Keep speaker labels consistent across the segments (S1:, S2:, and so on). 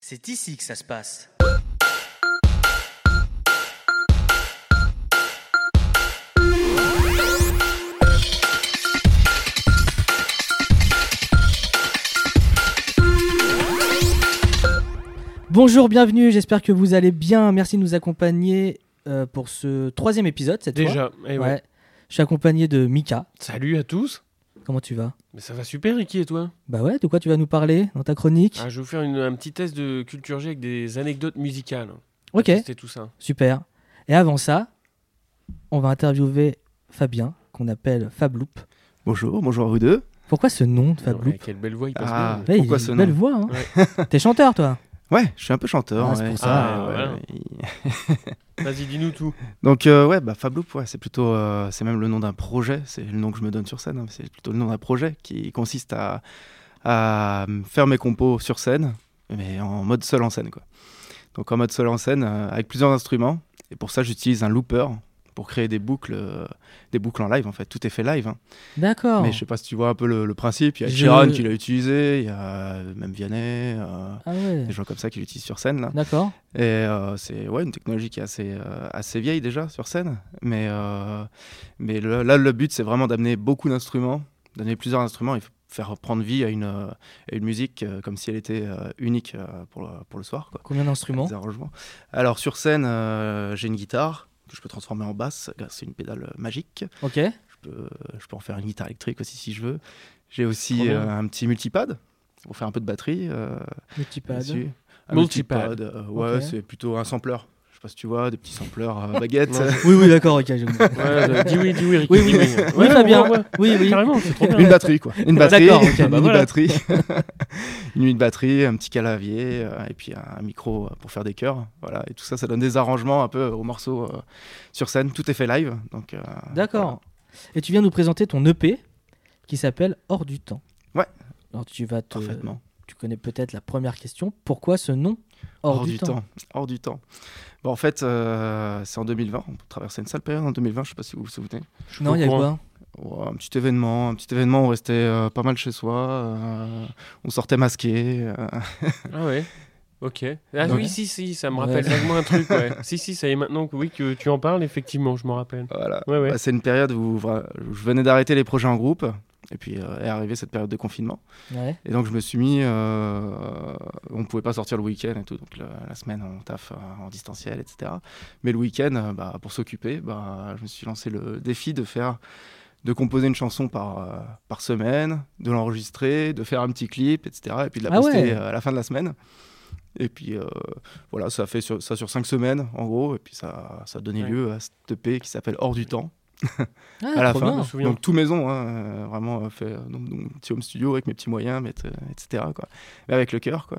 S1: C'est ici que ça se passe.
S2: Bonjour, bienvenue, j'espère que vous allez bien. Merci de nous accompagner euh, pour ce troisième épisode cette fois.
S3: Déjà, eh ouais.
S2: Ouais. Je suis accompagné de Mika.
S3: Salut à tous.
S2: Comment tu vas
S3: Mais ça va super, Ricky et toi
S2: Bah ouais, de quoi tu vas nous parler dans ta chronique
S3: Ah, Je vais vous faire une- un petit test de culture G avec des anecdotes musicales.
S2: Ok,
S3: C'était tout ça.
S2: super. Et avant ça, on va interviewer Fabien, qu'on appelle Fabloop.
S4: Bonjour, bonjour Rue 2.
S2: Pourquoi ce nom de
S3: Ouais,
S2: Fabloop
S3: quelle belle voix il passe
S4: Ah.
S3: bien.
S2: Ouais,
S4: pourquoi
S2: il-
S4: ce
S2: Belle
S4: nom
S2: voix, hein. T'es chanteur, toi
S4: Ouais, je suis un peu chanteur.
S2: Ah, c'est
S4: ouais.
S2: pour
S3: ça.
S4: Ouais,
S3: Ah,
S4: ouais, ouais.
S3: Vas-y, dis-nous tout.
S4: Donc euh, ouais, bah Fab Loop, ouais, c'est plutôt, euh, c'est même le nom d'un projet. C'est le nom que je me donne sur scène. hein, mais C'est plutôt le nom d'un projet qui consiste à, à faire mes compos sur scène, mais en mode seul en scène quoi. Donc en mode seul en scène euh, avec plusieurs instruments. Et pour ça, j'utilise un looper pour créer des boucles, euh, des boucles en live en fait. Tout est fait live. hein.
S2: D'accord.
S4: Mais je sais pas si tu vois un peu le, le principe. Il y a
S2: Oh. Je-
S4: Chiron qui l'a utilisé, il y a euh, même Vianney, euh,
S2: Ah ouais,
S4: des gens comme ça qui l'utilisent sur scène là.
S2: d'accord.
S4: Et euh, c'est ouais, une technologie qui est assez, euh, assez vieille déjà sur scène. Mais, euh, mais le- là, le but, c'est vraiment d'amener beaucoup d'instruments, d'amener plusieurs instruments et f- faire prendre vie à une, euh, à une musique euh, comme si elle était euh, unique euh, pour, le, pour le soir. Quoi.
S2: Combien d'instruments
S4: Des arrangements. Alors sur scène, euh, j'ai une guitare que je peux transformer en basse grâce à une pédale euh, magique.
S2: Ok.
S4: Je peux, euh, je peux en faire une guitare électrique aussi si je veux. J'ai aussi
S3: Trop bien.
S4: euh, un petit multipad pour faire un peu de batterie. euh,
S2: Multipad.
S4: dessus. Un
S3: Multipad.
S4: Ah, multipad, euh, ouais,
S2: Ok.
S4: c'est plutôt un sampler. Je sais pas si tu vois, des petits sampleurs euh, à baguette.
S3: Non,
S2: Oui, oui, d'accord, ok. j'ai compris.
S3: Ouais, euh, dis oui, dis oui, Ricky.
S2: Oui, oui.
S3: dis
S2: Oui,
S3: Ouais,
S2: Fabien.
S3: ouais, ouais.
S2: Oui, oui.
S3: Carrément, c'est trop bien.
S4: une batterie, quoi. Une batterie,
S2: D'accord, ok.
S4: une
S2: Bah
S4: mini
S3: voilà.
S4: batterie. une mini batterie, un petit clavier, euh, et puis un micro euh, pour faire des chœurs. Voilà. Et tout ça, ça donne des arrangements un peu aux morceaux euh, sur scène. Tout est fait live. donc euh,
S2: D'accord. Et tu viens nous présenter ton EP qui s'appelle Hors du temps.
S4: Ouais.
S2: Alors tu vas te,
S4: voilà, parfaitement.
S2: tu connais peut-être la première question. Pourquoi ce nom Hors, du, temps.
S4: Hors du temps. Bon, en fait, euh, c'est en 2020. On traversait une sale période en 2020. Je sais pas si vous vous souvenez.
S3: Je
S2: Non, il y a
S3: comprends.
S2: quoi
S4: Ouais, un petit événement, un petit événement, on restait euh, pas mal chez soi, euh, on sortait masqué. euh.
S3: Ah ouais. Ok. Ah
S4: Ouais.
S3: oui, si, si, ça me
S2: Ouais.
S3: rappelle vaguement un truc. Ouais. si, si, ça y est maintenant que, oui, que tu en parles, effectivement, je m'en rappelle.
S4: Voilà.
S3: Ouais, ouais.
S4: Bah, c'est une période où voilà, je venais d'arrêter les projets en groupe, et puis euh, est arrivée cette période de confinement.
S2: Ouais.
S4: Et donc je me suis mis, euh, on pouvait pas sortir le week-end et tout, donc le- la semaine on taffe euh, en distanciel, etc. Mais le week-end, euh, bah, pour s'occuper, bah, je me suis lancé le défi de faire, de composer une chanson par, euh, par semaine, de l'enregistrer, de faire un petit clip, etc. Et puis de la
S2: Ah
S4: poster
S2: ouais.
S4: euh, à la fin de la semaine. Et puis euh, voilà, ça a fait sur, ça sur cinq semaines en gros, et puis ça, ça a donné
S3: Ouais.
S4: lieu à cette EP qui s'appelle Hors du temps
S2: Ah,
S4: à la
S2: trop
S4: fin.
S2: bien.
S3: Je me souviens.
S4: Donc tout maison, hein, euh, vraiment euh, fait euh, donc, donc, petit home studio avec mes petits moyens, mais, euh, etc. Quoi. Mais avec le cœur, quoi.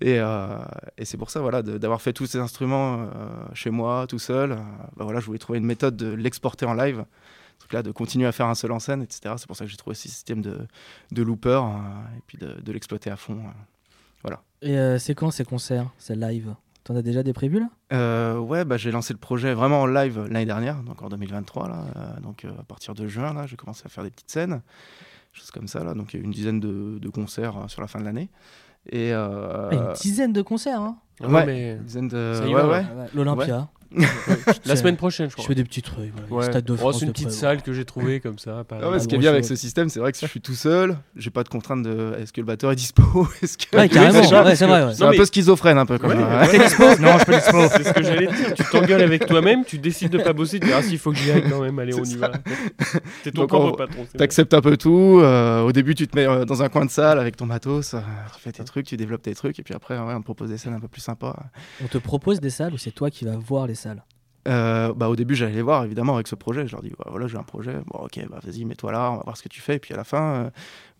S4: Et, euh, et c'est pour ça, voilà, de- d'avoir fait tous ces instruments euh, chez moi, tout seul. euh, bah voilà, je voulais trouver une méthode de l'exporter en live. Donc là, de continuer à faire un seul en scène, etc. C'est pour ça que j'ai trouvé ce système de, de looper euh, et puis de, de l'exploiter à fond. euh.
S2: Et euh, c'est quand ces concerts Ces live T'en as déjà des prévus là
S4: Euh, ouais, bah, j'ai lancé le projet vraiment en live l'année dernière, donc en 2023. Là, euh, donc euh, à partir de juin, là, j'ai commencé à faire des petites scènes, choses comme ça. Là, donc il y a eu une dizaine de, de concerts euh, sur la fin de l'année. Et euh,
S2: Ah, Une dizaine de concerts. hein.
S3: Ah,
S4: Ouais.
S3: mais...
S4: une dizaine de.
S3: Ça y
S4: Ouais,
S3: va,
S4: ouais.
S2: Ah ouais, L'Olympia.
S3: La
S2: Je-
S3: semaine prochaine, je
S2: Je
S3: crois.
S2: fais des petits trucs. voilà, le
S3: Ouais.
S2: Stade de
S3: Oh,
S2: France.
S3: c'est une
S2: de
S3: petite
S2: près,
S3: salle que j'ai trouvée comme ça. pas
S4: Ah ouais,
S3: mal.
S4: ce
S2: Ah,
S4: qui est
S2: bon,
S4: bien
S2: je-
S4: avec ce système, c'est vrai que je suis tout seul, j'ai pas de contrainte de est-ce que le batteur est dispo Est-ce que...
S2: ouais. Ouais, carrément.
S3: c'est ça,
S2: ouais,
S3: parce
S2: c'est
S3: que-
S2: vrai. ouais.
S4: C'est
S3: Non,
S4: un
S3: mais-
S4: peu schizophrène, un peu comme
S3: Ouais,
S4: ça.
S3: ouais.
S2: Non, je peux dispo.
S3: C'est ce que j'allais te dire. Tu t'engueules avec toi-même, tu décides de pas bosser, tu dis ah s'il faut que j'y aille quand même, allez on y
S4: C'est
S3: va. T'es ton
S4: Donc,
S3: propre
S4: on-
S3: patron. c'est
S4: T'acceptes un peu tout. euh, au début, tu te mets euh, dans un coin de salle avec ton matos, euh, tu fais tes trucs, tu développes tes trucs, et puis après, ouais, on te propose des scènes un peu plus sympas.
S2: On te propose des salles ou c'est toi qui vas voir les salles
S4: Euh, bah, au début, j'allais les voir évidemment avec ce projet. Je leur dis Bah, voilà, j'ai un projet. Bon, ok, bah, vas-y, mets-toi là, on va voir ce que tu fais. Et puis à la fin, euh,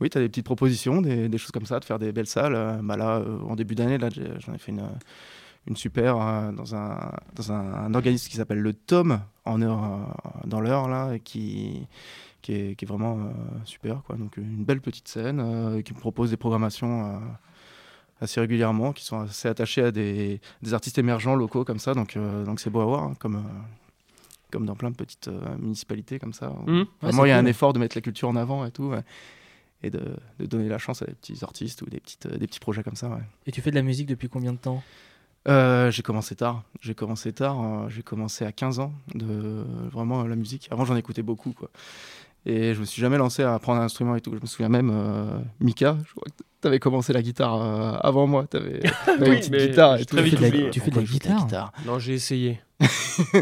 S4: oui, tu as des petites propositions, des, des choses comme ça, de faire des belles salles. Euh, bah, là, euh, en début d'année, là, j'ai- j'en ai fait une, euh, une super euh, dans, un, dans un, un organisme qui s'appelle le Tom en heure, euh, dans l'heure, là, et qui, qui, est, qui est vraiment euh, super. Quoi. Donc une belle petite scène euh, qui me propose des programmations. euh, assez régulièrement, qui sont assez attachés à des, des artistes émergents locaux comme ça. Donc euh, donc c'est beau à voir, hein, comme, euh, comme dans plein de petites euh, municipalités comme ça. où
S3: Mhm. Ouais,
S4: vraiment, il y a
S2: c'est
S4: un
S2: cool.
S4: effort de mettre la culture en avant et tout. ouais. et de, de donner la chance à des petits artistes ou des, petites, euh, des petits projets comme ça. ouais.
S2: Et tu fais de la musique depuis combien de temps
S4: Euh, j'ai commencé tard. J'ai commencé tard. euh, j'ai commencé à 15 ans de vraiment euh, la musique. Avant, j'en écoutais beaucoup, quoi. Et je me suis jamais lancé à apprendre un instrument et tout. Je me souviens même, euh, Mika, je crois que t'avais commencé la guitare euh, avant moi. T'avais avais
S3: Oui,
S4: une petite
S3: mais
S4: guitare
S3: j'ai
S4: et tout.
S3: très vite
S4: Tu fais de la-
S3: oublié.
S4: tu fais de la
S2: Pourquoi je joue de la
S4: guitare.
S3: Non, j'ai essayé.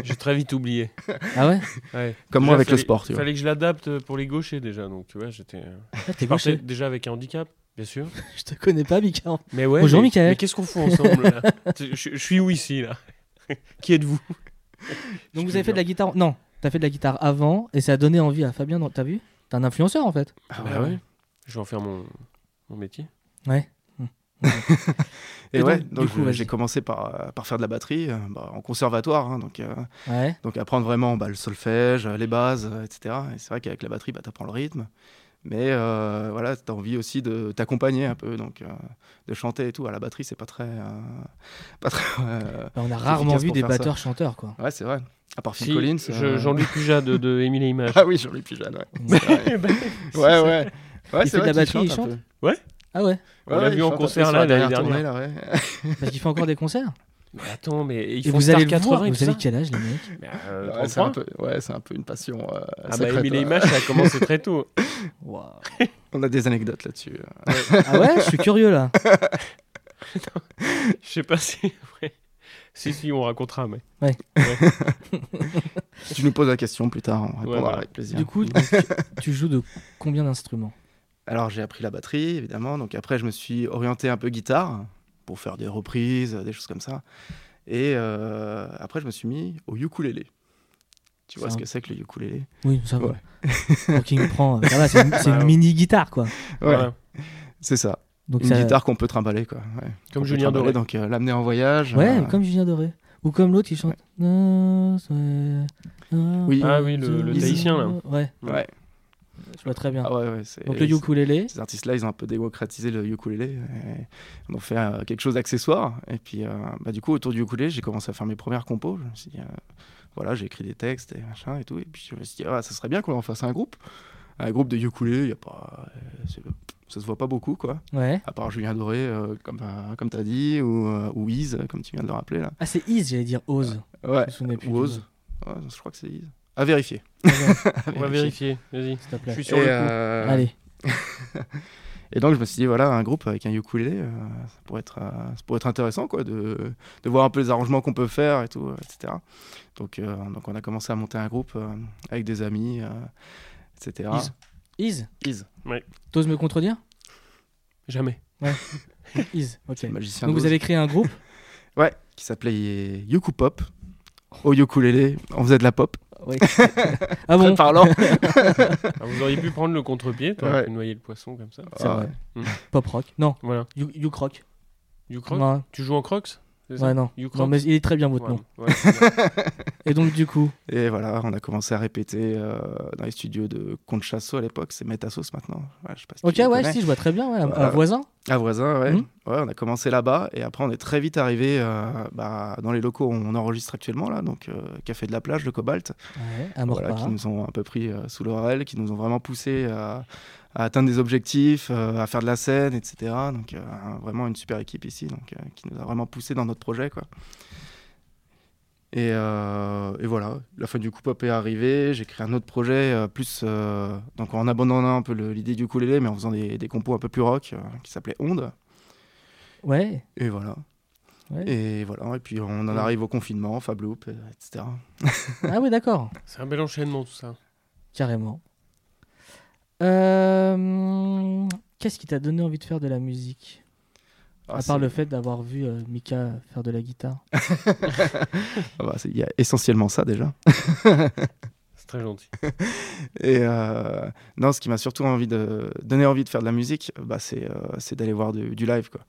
S3: J'ai très vite oublié.
S2: Ah ouais
S3: Ouais.
S4: Comme
S3: Déjà,
S4: moi avec le
S3: fallait-
S4: sport, tu vois.
S3: Fallait que je l'adapte pour les gauchers déjà, donc tu vois, j'étais. euh,
S2: Ah, T'es
S3: je partais
S2: gaucher.
S3: déjà avec un handicap, bien sûr.
S2: Je te connais pas, Mika.
S3: Mais ouais.
S2: Bonjour,
S3: mais-
S2: Michael.
S3: Mais qu'est-ce qu'on fout ensemble là je, je- je suis où ici là Qui êtes-vous
S2: Donc
S3: Je
S2: vous
S3: te
S2: avez fait de
S3: jure.
S2: la guitare Non, t'as fait de la guitare avant et ça a donné envie à Fabien. dans- T'as vu T'es un influenceur en fait.
S4: Ah
S3: Bah ouais. Je vais en faire mon, mon métier.
S2: Ouais.
S4: Et,
S2: Et
S4: ouais,
S2: donc, du
S4: donc,
S2: coup,
S4: je-
S2: vas-y.
S4: j'ai commencé par, euh, par faire de la batterie euh, bah, en conservatoire, hein, donc, euh,
S2: Ouais.
S4: donc apprendre vraiment bah, le solfège, euh, les bases, euh, etc. Et c'est vrai qu'avec la batterie, bah, t'apprends le rythme, mais euh, voilà, t'as envie aussi de t'accompagner un peu, donc euh, de chanter et tout. À la batterie, c'est pas très, euh, pas très. euh,
S2: Bah, on a rarement vu
S4: pour
S2: des
S4: faire ça.
S2: batteurs chanteurs quoi.
S4: Ouais, c'est vrai. À part Phil
S3: Si,
S4: Collins.
S3: je-
S4: euh,
S3: Jean-Luc Puja de, de Émile et Images.
S4: Ah oui, Jean-Luc Pujol. Ouais,
S2: Mm.
S4: C'est vrai.
S3: Eh ben, c'est
S4: ouais,
S3: ça.
S4: ouais. Ouais,
S2: Il
S4: c'est
S2: fait de la
S4: vrai qu'il
S2: batterie, il
S4: un peu.
S2: Ah ouais
S3: On
S4: Ouais,
S3: l'a
S4: ouais,
S3: vu
S4: il
S3: en
S4: chante un peu
S3: concert,
S4: sur
S3: là,
S4: la
S3: l'année
S4: tournée, là, ouais.
S2: Parce qu'il fait encore des concerts.
S3: Mais attends, mais ils
S2: et
S3: font
S2: vous
S3: Star
S2: allez le voir.
S3: 80 et tout
S2: Vous avez
S3: ça.
S2: quel âge les mecs
S3: Mais, euh,
S4: Ouais, c'est un
S3: 33.
S4: peu, ouais, c'est un peu une passion. euh,
S3: Ah bah
S4: secrète,
S3: Émile et
S4: ouais.
S3: Images, ça a commencé très tôt.
S2: Waouh.
S4: On a des anecdotes là-dessus. euh.
S2: Ah ouais, je suis curieux là.
S3: Je sais pas si... ouais. Si, si, on racontera, mais...
S4: Si tu nous poses la question plus tard, on répondra
S3: voilà.
S4: avec plaisir.
S2: Du coup, donc, tu joues de combien d'instruments
S4: Alors j'ai appris la batterie, évidemment. Donc après, je me suis orienté un peu guitare pour faire des reprises, euh, des choses comme ça. Et euh, après, je me suis mis au ukulélé. Tu vois
S2: Ça-
S4: ce que c'est que le ukulélé
S2: Oui, ça va.
S4: Ouais.
S2: Pour qu'il me prend. euh, ça va, c'est une, c'est une
S3: Bah,
S2: mini guitare quoi.
S4: Voilà.
S3: Voilà.
S4: c'est ça.
S2: Donc
S4: Une
S2: ça-
S4: guitare qu'on peut trimballer, quoi. Ouais. Qu'on
S3: Comme
S4: peut
S3: Julien
S4: trimballer,
S3: Doré.
S4: Donc euh, l'amener en voyage.
S2: Ouais,
S4: euh,
S2: comme Julien Doré. Ou comme l'autre qui chante. Ah, Oui,
S3: Ah oui, le- le Tahitien, là.
S2: Ouais,
S4: Ouais.
S2: je vois très bien.
S4: Ah ouais, ouais, c'est-
S2: Donc le ukulélé.
S4: Ces artistes-là, ils ont un peu démocratisé le ukulélé. et Ils ont fait euh, quelque chose d'accessoire. Et puis, euh, bah, du coup, autour du ukulélé, j'ai commencé à faire mes premières compos. Je me suis dit, euh, voilà, j'ai écrit des textes et machin et tout. Et puis, je me suis dit, ah, ça serait bien qu'on en fasse un groupe. Un groupe de ukulélé, y a pas, euh, c'est- ça se voit pas beaucoup, quoi.
S2: Ouais.
S4: À part Julien Doré, euh, comme, euh, comme tu as dit, ou, euh, ou Ease, comme tu viens de le rappeler. Là.
S2: Ah, c'est Is, j'allais dire Oz.
S4: Ouais,
S2: me souvenais plus
S4: ou
S2: du
S4: Oz. Ouais, je crois que c'est Ease. À vérifier.
S2: Ah ouais,
S4: À
S3: On va vérifier, vas-y.
S2: S'il te
S3: Je
S2: plaît.
S3: suis sur
S4: Et,
S3: le coup.
S4: euh,
S2: Allez.
S4: Et donc je me suis dit voilà un groupe avec un ukulélé, euh, ça pourrait être euh, ça pourrait être intéressant quoi de, de voir un peu les arrangements qu'on peut faire et tout euh, etc. Donc euh, donc on a commencé à monter un groupe euh, avec des amis euh, etc.
S2: Is
S4: Is,
S2: T'oses me contredire
S3: Jamais.
S2: Is, ok.
S4: le magicien.
S2: Donc
S4: d'Oz,
S2: vous avez créé un groupe
S4: ouais qui s'appelait Yuku Pop. Au ukulélé, on faisait de la pop.
S2: Ah
S4: Très
S2: bon
S4: parlant.
S3: Ah, vous auriez pu prendre le contre-pied, toi,
S4: Ouais.
S3: pu noyer le poisson comme ça.
S2: C'est
S4: Ah,
S2: vrai.
S3: ouais.
S2: Pop rock. Non,
S3: Voilà.
S2: you, you croc.
S3: You crocs
S2: Ouais,
S3: Tu joues en crocs c'est ça
S2: ouais, non.
S3: You
S2: Non,
S3: crocs
S2: mais il est très bien votre
S3: Ouais,
S2: nom.
S3: ouais, c'est bien.
S2: Et donc du coup,
S4: Et voilà, on a commencé à répéter euh, dans les studios de Conchasso à l'époque, c'est Metasos maintenant. Ouais, je sais pas si
S2: ok,
S4: tu les
S2: ouais,
S4: connais.
S2: si, je vois très bien, ouais, un,
S4: Voilà.
S2: un voisin.
S4: À Voisin, ouais.
S2: Mhm.
S4: Ouais, on a commencé là-bas et après on est très vite arrivé euh, bah, dans les locaux où on enregistre actuellement là, donc euh, Café de la Plage, le Cobalt,
S2: Ouais, à
S4: voilà, qui nous ont un peu pris euh, sous leur aile, qui nous ont vraiment poussé à, à atteindre des objectifs, euh, à faire de la scène, etc. Donc euh, vraiment une super équipe ici, donc euh, qui nous a vraiment poussé dans notre projet quoi. Et, euh, et voilà, la fin du coup pop est arrivée, j'ai créé un autre projet, euh, plus euh, donc en abandonnant un peu le- l'idée du ukulélé, mais en faisant des, des compos un peu plus rock, euh, qui s'appelait Onde.
S2: Ouais.
S4: Et voilà.
S2: Ouais.
S4: Et voilà. Et puis on en
S3: Ouais.
S4: arrive au confinement, Fab Loop, euh, etc.
S2: Ah oui, d'accord.
S3: C'est un bel enchaînement tout ça.
S2: Carrément. Euh, Qu'est-ce qui t'a donné envie de faire de la musique
S4: Ah,
S2: À
S4: c'est-
S2: part le fait d'avoir vu euh, Mika faire de la guitare.
S4: ah bah, c'est- Il y a essentiellement ça déjà.
S3: C'est très gentil.
S4: Et euh, non, ce qui m'a surtout envie de donné envie de faire de la musique, bah, c'est euh, c'est d'aller voir du, du live quoi.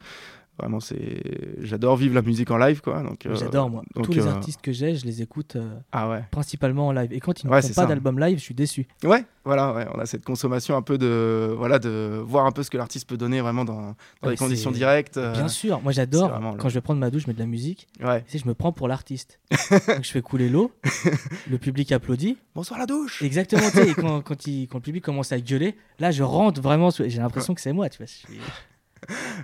S4: Vraiment, c'est. J'adore vivre la musique en live, quoi. Donc, euh,
S2: J'adore, moi.
S4: donc,
S2: Tous les
S4: euh,
S2: artistes que j'ai, je les écoute euh,
S4: Ah ouais.
S2: principalement en live. Et quand ils ne
S4: Ouais,
S2: font
S4: c'est
S2: pas
S4: ça.
S2: d'album live, je suis déçu.
S4: Ouais, voilà, ouais, on a cette consommation un peu de. Voilà, de voir un peu ce que l'artiste peut donner vraiment dans, dans
S2: mais
S4: les conditions
S2: c'est-
S4: directes. euh,
S2: Bien sûr, moi
S4: c'est
S2: j'adore.
S4: vraiment le-
S2: Quand je vais prendre ma douche, je mets de la musique.
S4: Ouais.
S2: Tu sais, je me prends pour l'artiste. Donc je fais couler l'eau, le public applaudit.
S4: Bonsoir la douche
S2: Exactement, tu sais, et quand, quand, il- quand le public commence à gueuler, là je rentre vraiment, sous- j'ai l'impression que c'est moi, tu vois. je suis-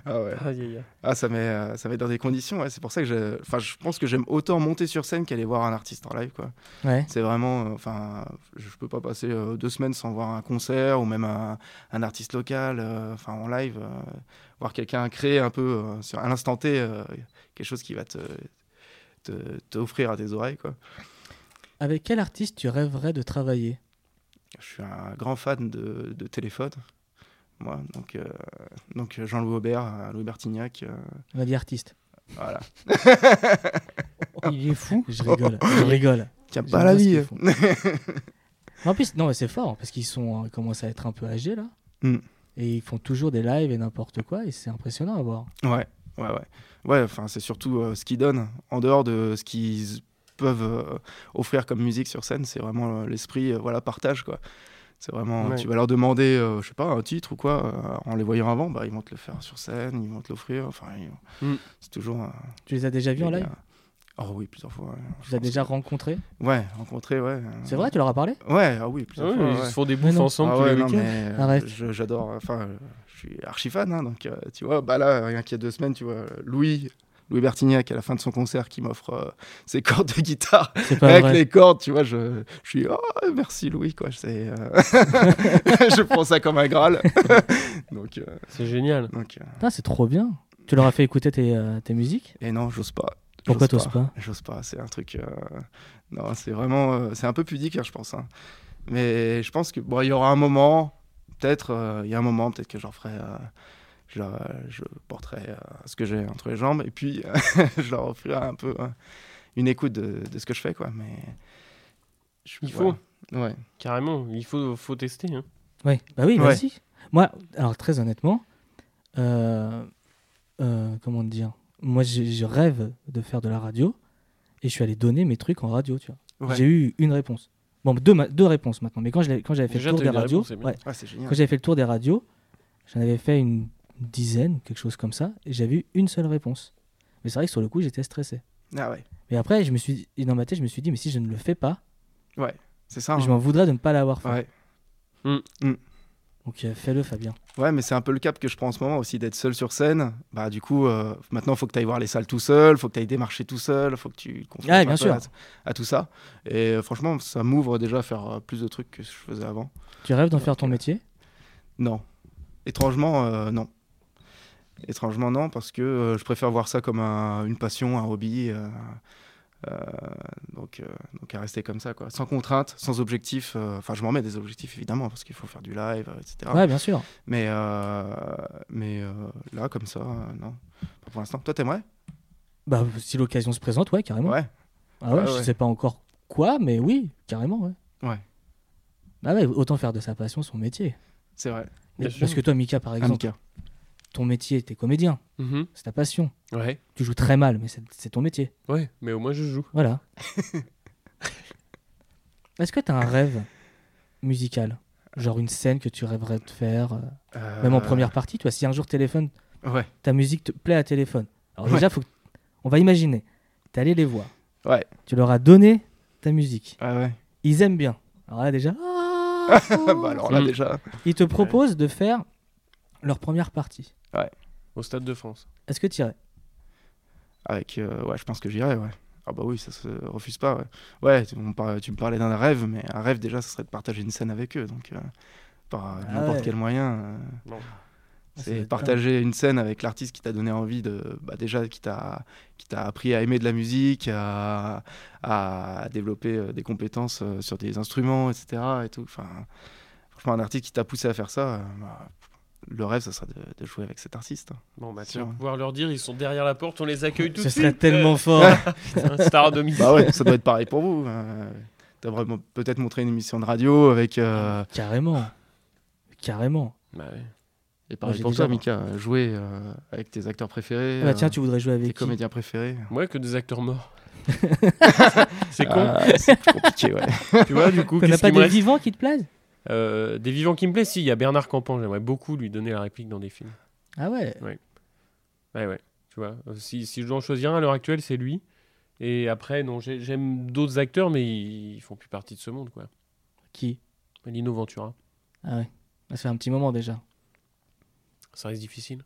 S4: Ah ouais.
S3: Aïe, aïe, aïe.
S4: Ah, ça met, euh, ça met dans des conditions, ouais. C'est pour ça que je. Enfin, je pense que j'aime autant monter sur scène qu'aller voir un artiste en live, quoi.
S2: Ouais.
S4: C'est vraiment, euh, enfin, je je peux pas passer euh, deux semaines sans voir un concert ou même un, un artiste local, euh, enfin en live, euh, voir quelqu'un créer un peu euh, sur à l'instant T euh, quelque chose qui va te te- t'offrir à tes oreilles quoi.
S2: Avec quel artiste tu rêverais de travailler
S4: Je suis un grand fan de, de téléphone, moi, donc euh, donc euh, Jean-Louis Aubert, euh, Louis Bertignac, euh,
S2: On a dit artiste.
S4: voilà.
S2: Il est fou Je rigole, je rigole.
S4: Tiens
S2: J'aime
S4: pas la
S2: bien ce
S4: vie.
S2: qu'ils En plus, non, mais c'est fort parce qu'ils sont, hein, ils commencent à être un peu âgés là.
S4: Hmm.
S2: Et ils font toujours des lives et n'importe quoi, et c'est impressionnant à voir.
S4: Ouais, ouais, ouais. Ouais, enfin, c'est surtout euh, ce qu'ils donnent. En dehors de ce qu'ils peuvent euh, offrir comme musique sur scène, c'est vraiment euh, l'esprit, euh, voilà, partage, quoi. C'est vraiment,
S3: Ouais.
S4: tu vas leur demander, euh, je sais pas, un titre ou quoi, euh, en les voyant avant, bah, ils vont te le faire sur scène, ils vont te l'offrir, enfin, ils-
S3: Mm.
S4: c'est toujours... euh,
S2: Tu les as déjà vus en
S4: les
S2: live
S4: gars- Oh oui, plusieurs fois. ouais.
S2: Tu
S4: Je
S2: les as
S4: pense
S2: déjà rencontrés
S4: que- Ouais, rencontré, ouais. euh,
S2: C'est vrai, tu leur as parlé
S4: Ouais, ah oui,
S3: Ah
S4: plusieurs
S3: ouais,
S4: fois,
S3: ils
S4: ouais.
S3: se font des
S2: Mais
S3: bouffes
S2: non.
S3: ensemble
S4: Ah
S3: tous
S4: ouais,
S3: les
S4: non,
S3: week-ends.
S4: mais, euh,
S2: Arrête.
S4: je- J'adore. Enfin, euh, je suis archi fan. hein, donc, euh, tu vois, bah là, rien qu'il y a deux semaines, tu vois, euh, Louis. Louis Bertignac, à la fin de son concert, qui m'offre euh, ses cordes de guitare
S2: C'est pas
S4: avec
S2: vrai.
S4: les cordes, tu vois, je, je suis oh merci Louis quoi, c'est euh, je prends ça comme un graal. donc euh,
S3: C'est génial.
S4: donc euh,
S2: Putain, c'est trop bien. Tu leur as fait écouter tes, euh, tes musiques
S4: et non, j'ose pas.
S2: Pourquoi
S4: J'ose
S2: t'oses pas
S4: J'ose pas, c'est un truc euh, non, c'est vraiment euh, c'est un peu pudique hein, je pense hein. Mais je pense que bon, il y aura un moment peut-être euh, il y a un moment peut-être que j'en ferai euh, je, leur- euh, je porterai euh, ce que j'ai entre les jambes et puis je leur offrirai un peu hein, une écoute de, de ce que je fais quoi mais je-
S3: Il
S4: voilà. ouais.
S3: Carrément, il faut, faut tester. hein.
S2: Oui, bah oui,
S4: Ouais.
S2: vas-y. Moi, alors très honnêtement, euh, euh, comment dire Moi, je, je rêve de faire de la radio et je suis allé donner mes trucs en radio, tu vois.
S4: Ouais.
S2: J'ai eu une réponse. Bon, deux, ma- deux réponses maintenant, mais quand je l'ai- quand j'avais fait
S3: Déjà,
S2: le tour
S3: t'as
S2: des
S3: eu des
S2: radios,
S3: réponses, c'est bien.
S2: ouais,
S4: Ah, c'est génial.
S2: quand j'avais fait le tour des radios, j'en avais fait une dizaine, quelque chose comme ça, et j'avais eu une seule réponse. Mais c'est vrai que sur le coup, j'étais stressé.
S4: Ah ouais,
S2: Mais après, je me suis, et dans ma tête, je me suis dit, mais si je ne le fais pas,
S4: c'est ça.
S2: je
S4: hein.
S2: m'en voudrais de ne pas l'avoir fait.
S4: Ouais.
S2: Donc euh, fais-le, Fabien.
S4: Ouais, mais c'est un peu le cap que je prends en ce moment aussi d'être seul sur scène. Bah du coup, euh, maintenant faut que tu ailles voir les salles tout seul, faut que tu ailles démarcher tout seul, faut que tu te confrontes
S2: Ouais,
S4: un
S2: bien
S4: peu
S2: sûr.
S4: À, à tout ça. Et euh, franchement, ça m'ouvre déjà à faire euh, plus de trucs que je faisais avant.
S2: Tu rêves d'en faire ton métier
S4: Non. Étrangement, euh, non. Étrangement, non, parce que euh, je préfère voir ça comme un- une passion, un hobby. euh, euh, donc, euh, donc, à rester comme ça, quoi. Sans contrainte, sans objectif. euh, Enfin, je m'en mets des objectifs, évidemment, parce qu'il faut faire du live, euh, etc.
S2: Ouais, bien sûr.
S4: Mais, euh, mais euh, là, comme ça, euh, non. Pas pour l'instant. Toi, t'aimerais
S2: Bah, si l'occasion se présente, ouais, carrément.
S4: Ouais.
S2: Ah ouais,
S4: Ouais,
S2: je
S4: ouais.
S2: sais pas encore quoi, mais oui, carrément, ouais.
S4: Ouais.
S2: Bah ouais, autant faire de sa passion son métier.
S4: C'est vrai.
S2: Mais-
S3: Bien
S2: parce
S3: sûr.
S2: que toi, Mika,
S4: Ah,
S2: par exemple,
S4: Amica.
S2: ton métier, t'es comédien,
S3: Mhm.
S2: c'est ta passion.
S3: Ouais.
S2: Tu joues très mal, mais c'est c'est ton métier.
S3: Ouais, mais au moins je joue.
S2: Voilà. Est-ce que t'as un rêve musical Genre une scène que tu rêverais de faire, euh,
S4: Euh,
S2: même en première partie, tu vois, si un jour téléphone,
S4: Ouais.
S2: ta musique te plaît à téléphone. Alors
S4: Ouais.
S2: déjà, faut que- on va imaginer, t'es allé les voir,
S4: Ouais.
S2: tu leur as donné ta musique,
S4: Ouais, ouais.
S2: ils aiment bien. Alors là déjà,
S4: bah, alors là,
S3: Mm.
S4: déjà.
S2: Ils te proposent de faire leur première partie.
S3: Au Stade de France.
S2: Est-ce que tu irais
S4: Avec, euh, ouais, je pense que j'irai, ouais. Ah bah oui, ça se refuse pas, ouais. Ouais, tu, on par- tu me parlais d'un rêve, mais un rêve, déjà, ce serait de partager une scène avec eux, donc... euh, par euh,
S2: Ah
S4: n'importe
S2: ouais.
S4: quel moyen. euh,
S3: Non.
S2: Ah, ça doit
S4: c'est
S2: être
S4: partager une scène avec l'artiste qui t'a donné envie de... Bah, déjà, qui t'a qui t'a appris à aimer de la musique, à, à développer euh, des compétences euh, sur des instruments, etc. Et tout. Enfin, franchement, un artiste qui t'a poussé à faire ça, euh, bah, le rêve, ça serait de, de jouer avec cet artiste. hein.
S3: Bon, bah
S4: Sûr.
S3: tiens, pouvoir leur dire, ils sont derrière la porte, on les accueille tout
S2: Ce
S3: de
S2: serait
S3: suite.
S2: tellement fort.
S3: Euh, star à domicile.
S4: Bah ouais, ça doit être pareil pour vous. euh, T'aimerais mo- peut-être montrer une émission de radio avec. euh,
S2: Carrément. Carrément.
S3: Bah ouais.
S4: Et pareil
S2: j'ai
S4: pour
S2: déjà-
S4: toi, Mika, jouer euh, avec tes acteurs préférés,
S2: Ah bah
S4: euh,
S2: tiens, tu voudrais jouer
S4: tes
S2: avec qui
S4: comédiens préférés.
S3: Moi, que des acteurs morts. c'est con.
S4: Ah, c'est plus compliqué, ouais.
S3: Tu vois, du coup,
S2: T'en as
S3: qu'est-ce
S2: pas
S3: qui me
S2: des
S3: reste
S2: vivants qui te plaisent
S3: Euh, Des vivants qui me plaisent, si, il y a Bernard Campan, j'aimerais beaucoup lui donner la réplique dans des films.
S2: Ah ouais.
S3: Ouais, ouais, tu vois. Euh, Si, si je dois en choisir un à l'heure actuelle, c'est lui. Et après, non, j'ai- j'aime d'autres acteurs, mais ils, ils font plus partie de ce monde, quoi.
S2: Qui
S3: Lino Ventura,
S2: Ah ouais. Ça fait un petit moment déjà.
S3: ça reste difficile.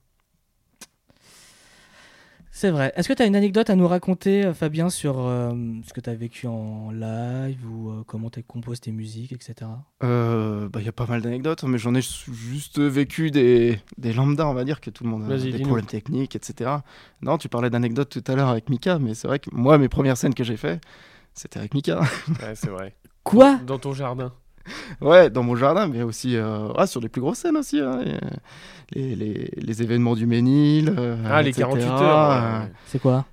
S2: C'est vrai. Est-ce que tu as une anecdote à nous raconter, euh, Fabien, sur euh, ce que tu as vécu en live ou euh, comment tu composes tes musiques, etc.
S4: Euh, bah, Il y a pas mal d'anecdotes, mais j'en ai su- juste vécu des, des lambdas, on va dire, que tout le monde a
S3: Vas-y,
S4: des
S3: dis-nous.
S4: problèmes techniques, etc. Non, tu parlais d'anecdotes tout à l'heure avec Mika, mais c'est vrai que moi, mes premières scènes que j'ai fait, c'était avec Mika.
S3: Ouais, c'est vrai.
S2: Quoi
S3: dans, dans ton jardin.
S4: ouais, dans mon jardin, mais aussi euh, ah, sur les plus grosses scènes aussi. hein, et, euh, les, les- les événements du Ménil. euh,
S3: Ah, les
S4: etc.,
S3: 48 heures. ouais,
S4: euh,
S3: ouais.
S2: C'est quoi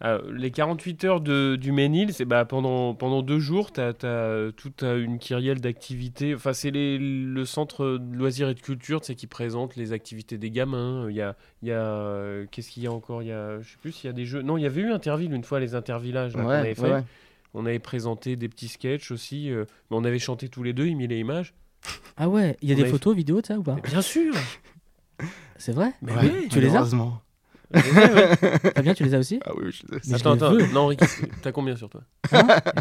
S3: Ah, les 48 heures de, du Ménil, c'est bah, pendant, pendant deux jours, tu as, toute euh, une kyrielle d'activités. Enfin, c'est les- le centre de loisirs et de culture tu sais, qui présente les activités des gamins. Il y a, il y a, euh, qu'est-ce qu'il y a encore Il y a, je sais plus s'il y a des jeux. Non, il y avait eu Interville une fois, les Intervillages là, qu'on
S4: ouais,
S3: avait fait.
S4: ouais, ouais.
S3: On avait présenté des petits sketchs aussi. euh, mais on avait chanté tous les deux, il les images.
S2: Ah ouais, il y a
S3: On
S2: des
S3: avait-
S2: photos, vidéos, ça ou pas
S3: Mais bien sûr
S2: C'est vrai
S3: Mais
S4: Ouais,
S3: oui
S2: tu les as
S4: malheureusement.
S3: Ouais, ouais.
S2: Fabien, tu les as aussi
S4: Ah oui, je les
S2: Mais
S4: ai.
S2: je
S3: Attends,
S2: les
S3: attends.
S2: veux.
S3: Non, Ricky, t'as combien sur toi